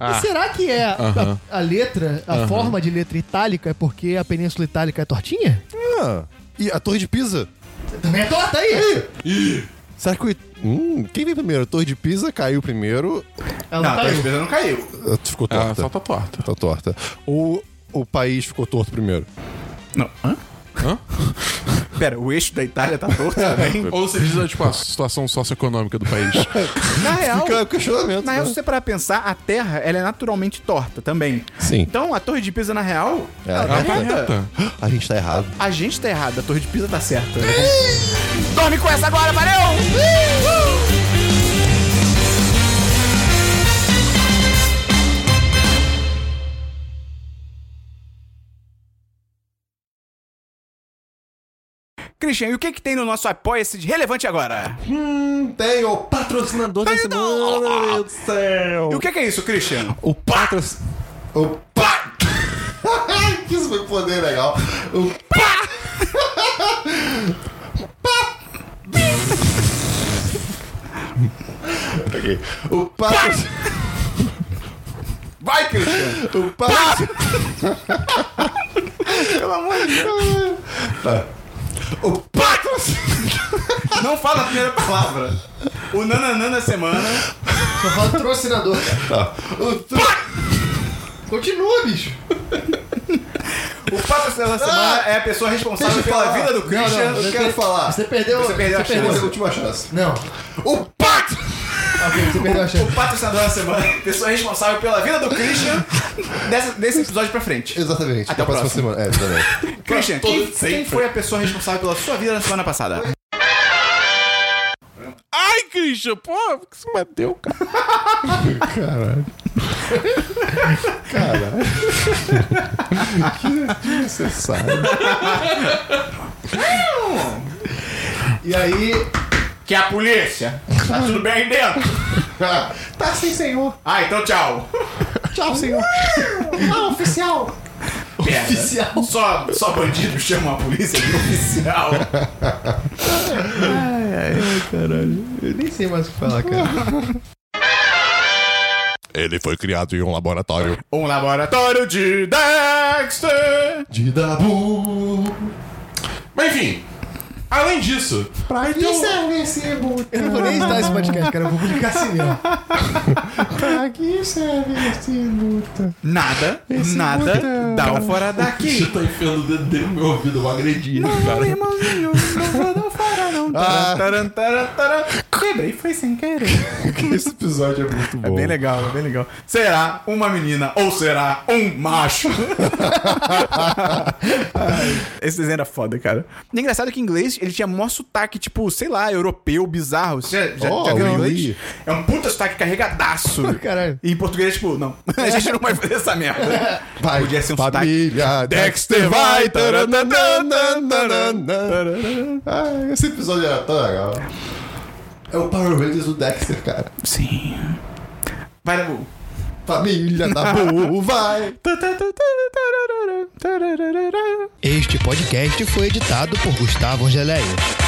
Ah.
E será que é a-
Aham.
a, a letra, a forma de letra itálica é porque a Península Itálica é tortinha?
Ah, e a Torre de Pisa?
Também é torta aí!
Será que o... It- Hum, quem veio primeiro? A Torre de Pisa caiu primeiro.
Ela não, tá caiu.
não caiu.
Ah, tu Ficou
Ah,
torta.
falta torta.
Tá torta. Ou o país ficou torto primeiro?
Não. Hã?
Hã?
Pera, o eixo da Itália tá torto também.
Ou você diz, tipo, a situação socioeconômica do país.
Na real,
Fica o questionamento.
na
né?
real, se você parar pra pensar, a Terra, ela é naturalmente torta também.
Sim.
Então, a Torre de Pisa, na real,
É,
ela
ela
tá
tá
reta.
A gente tá errado.
A gente tá errado, a torre de pisa tá certa. Dorme com essa agora, valeu! Christian, e o que, que tem no nosso apoia-se de relevante agora?
Hum, tem o patrocinador da semana, meu Deus do céu.
E o que, que é isso, Christian?
O patro... O pa... Isso foi um poder legal. O pa... pa... ok. O patro...
Vai, Christian!
O patro...
Pelo amor de Deus! Tá.
O patro...
Não fala a primeira palavra. O nananã da semana.
Só fala patrocinador.
Tá. O pa...
Continua, bicho.
O patrocinador da semana
Ah.
é a pessoa responsável pela vida do Christian.
eu quero falar.
Você perdeu,
Você perdeu a
Essa é a
chance.
última chance.
Não.
O patro...
Ok, você perdeu a chance.
O patrocinador da semana é a pessoa responsável pela vida do Christian dessa- desse episódio pra frente.
Exatamente.
Até
Até
o
a próxima
próximo.
semana. É, exatamente.
Christian, quem, quem foi a pessoa responsável pela sua vida na semana passada?
Ai, Christian, pô, por que você bateu, cara?
Caralho. Caralho. que necessário.
E aí,
Que é a polícia. Tá tudo bem aí dentro?
tá sim, senhor.
Ah, então tchau.
Tchau, senhor. Ah, oficial.
Merda.
Oficial.
Só, só bandido chama a polícia de oficial.
eu nem sei mais o que falar, cara.
Ele foi criado em um laboratório.
Um laboratório de Dexter.
De Dabu.
Mas enfim, além disso,
Pra que serve esse
Eu não vou
botão?
nem editar esse podcast, cara. Eu vou publicar assim mesmo.
Pra que Ah, serve esse botão?
Nada, nada,
botão.
dá um fora
você
daqui.
tá enfiando o dedo dentro do meu ouvido, eu vou agredir ele, cara.
irmãozinho, não vou dar um fora não.
Ah.
Taran, taran, taran, taran. Quebrei, foi sem querer.
Esse episódio é muito bom.
Bem legal, é bem legal. Será uma menina ou será um macho? Ai, Esse desenho era foda, cara. E engraçado que em inglês ele tinha mó sotaque, tipo, sei lá, europeu, bizarro. Você já, já,
Oh,
já viu em
o
inglês?
Lee.
É um puta sotaque carregadaço.
Caralho.
E em português, tipo, não. A gente não vai fazer essa merda.
Vai,
Podia ser um
família, Dexter vai. tarananana. Ah, esse episódio era tão legal. É o Power Rangers do Dexter, cara.
Sim. Vai, Dabu.
Família da Boo, vai.
Este podcast foi editado por Gustavo Angeléia.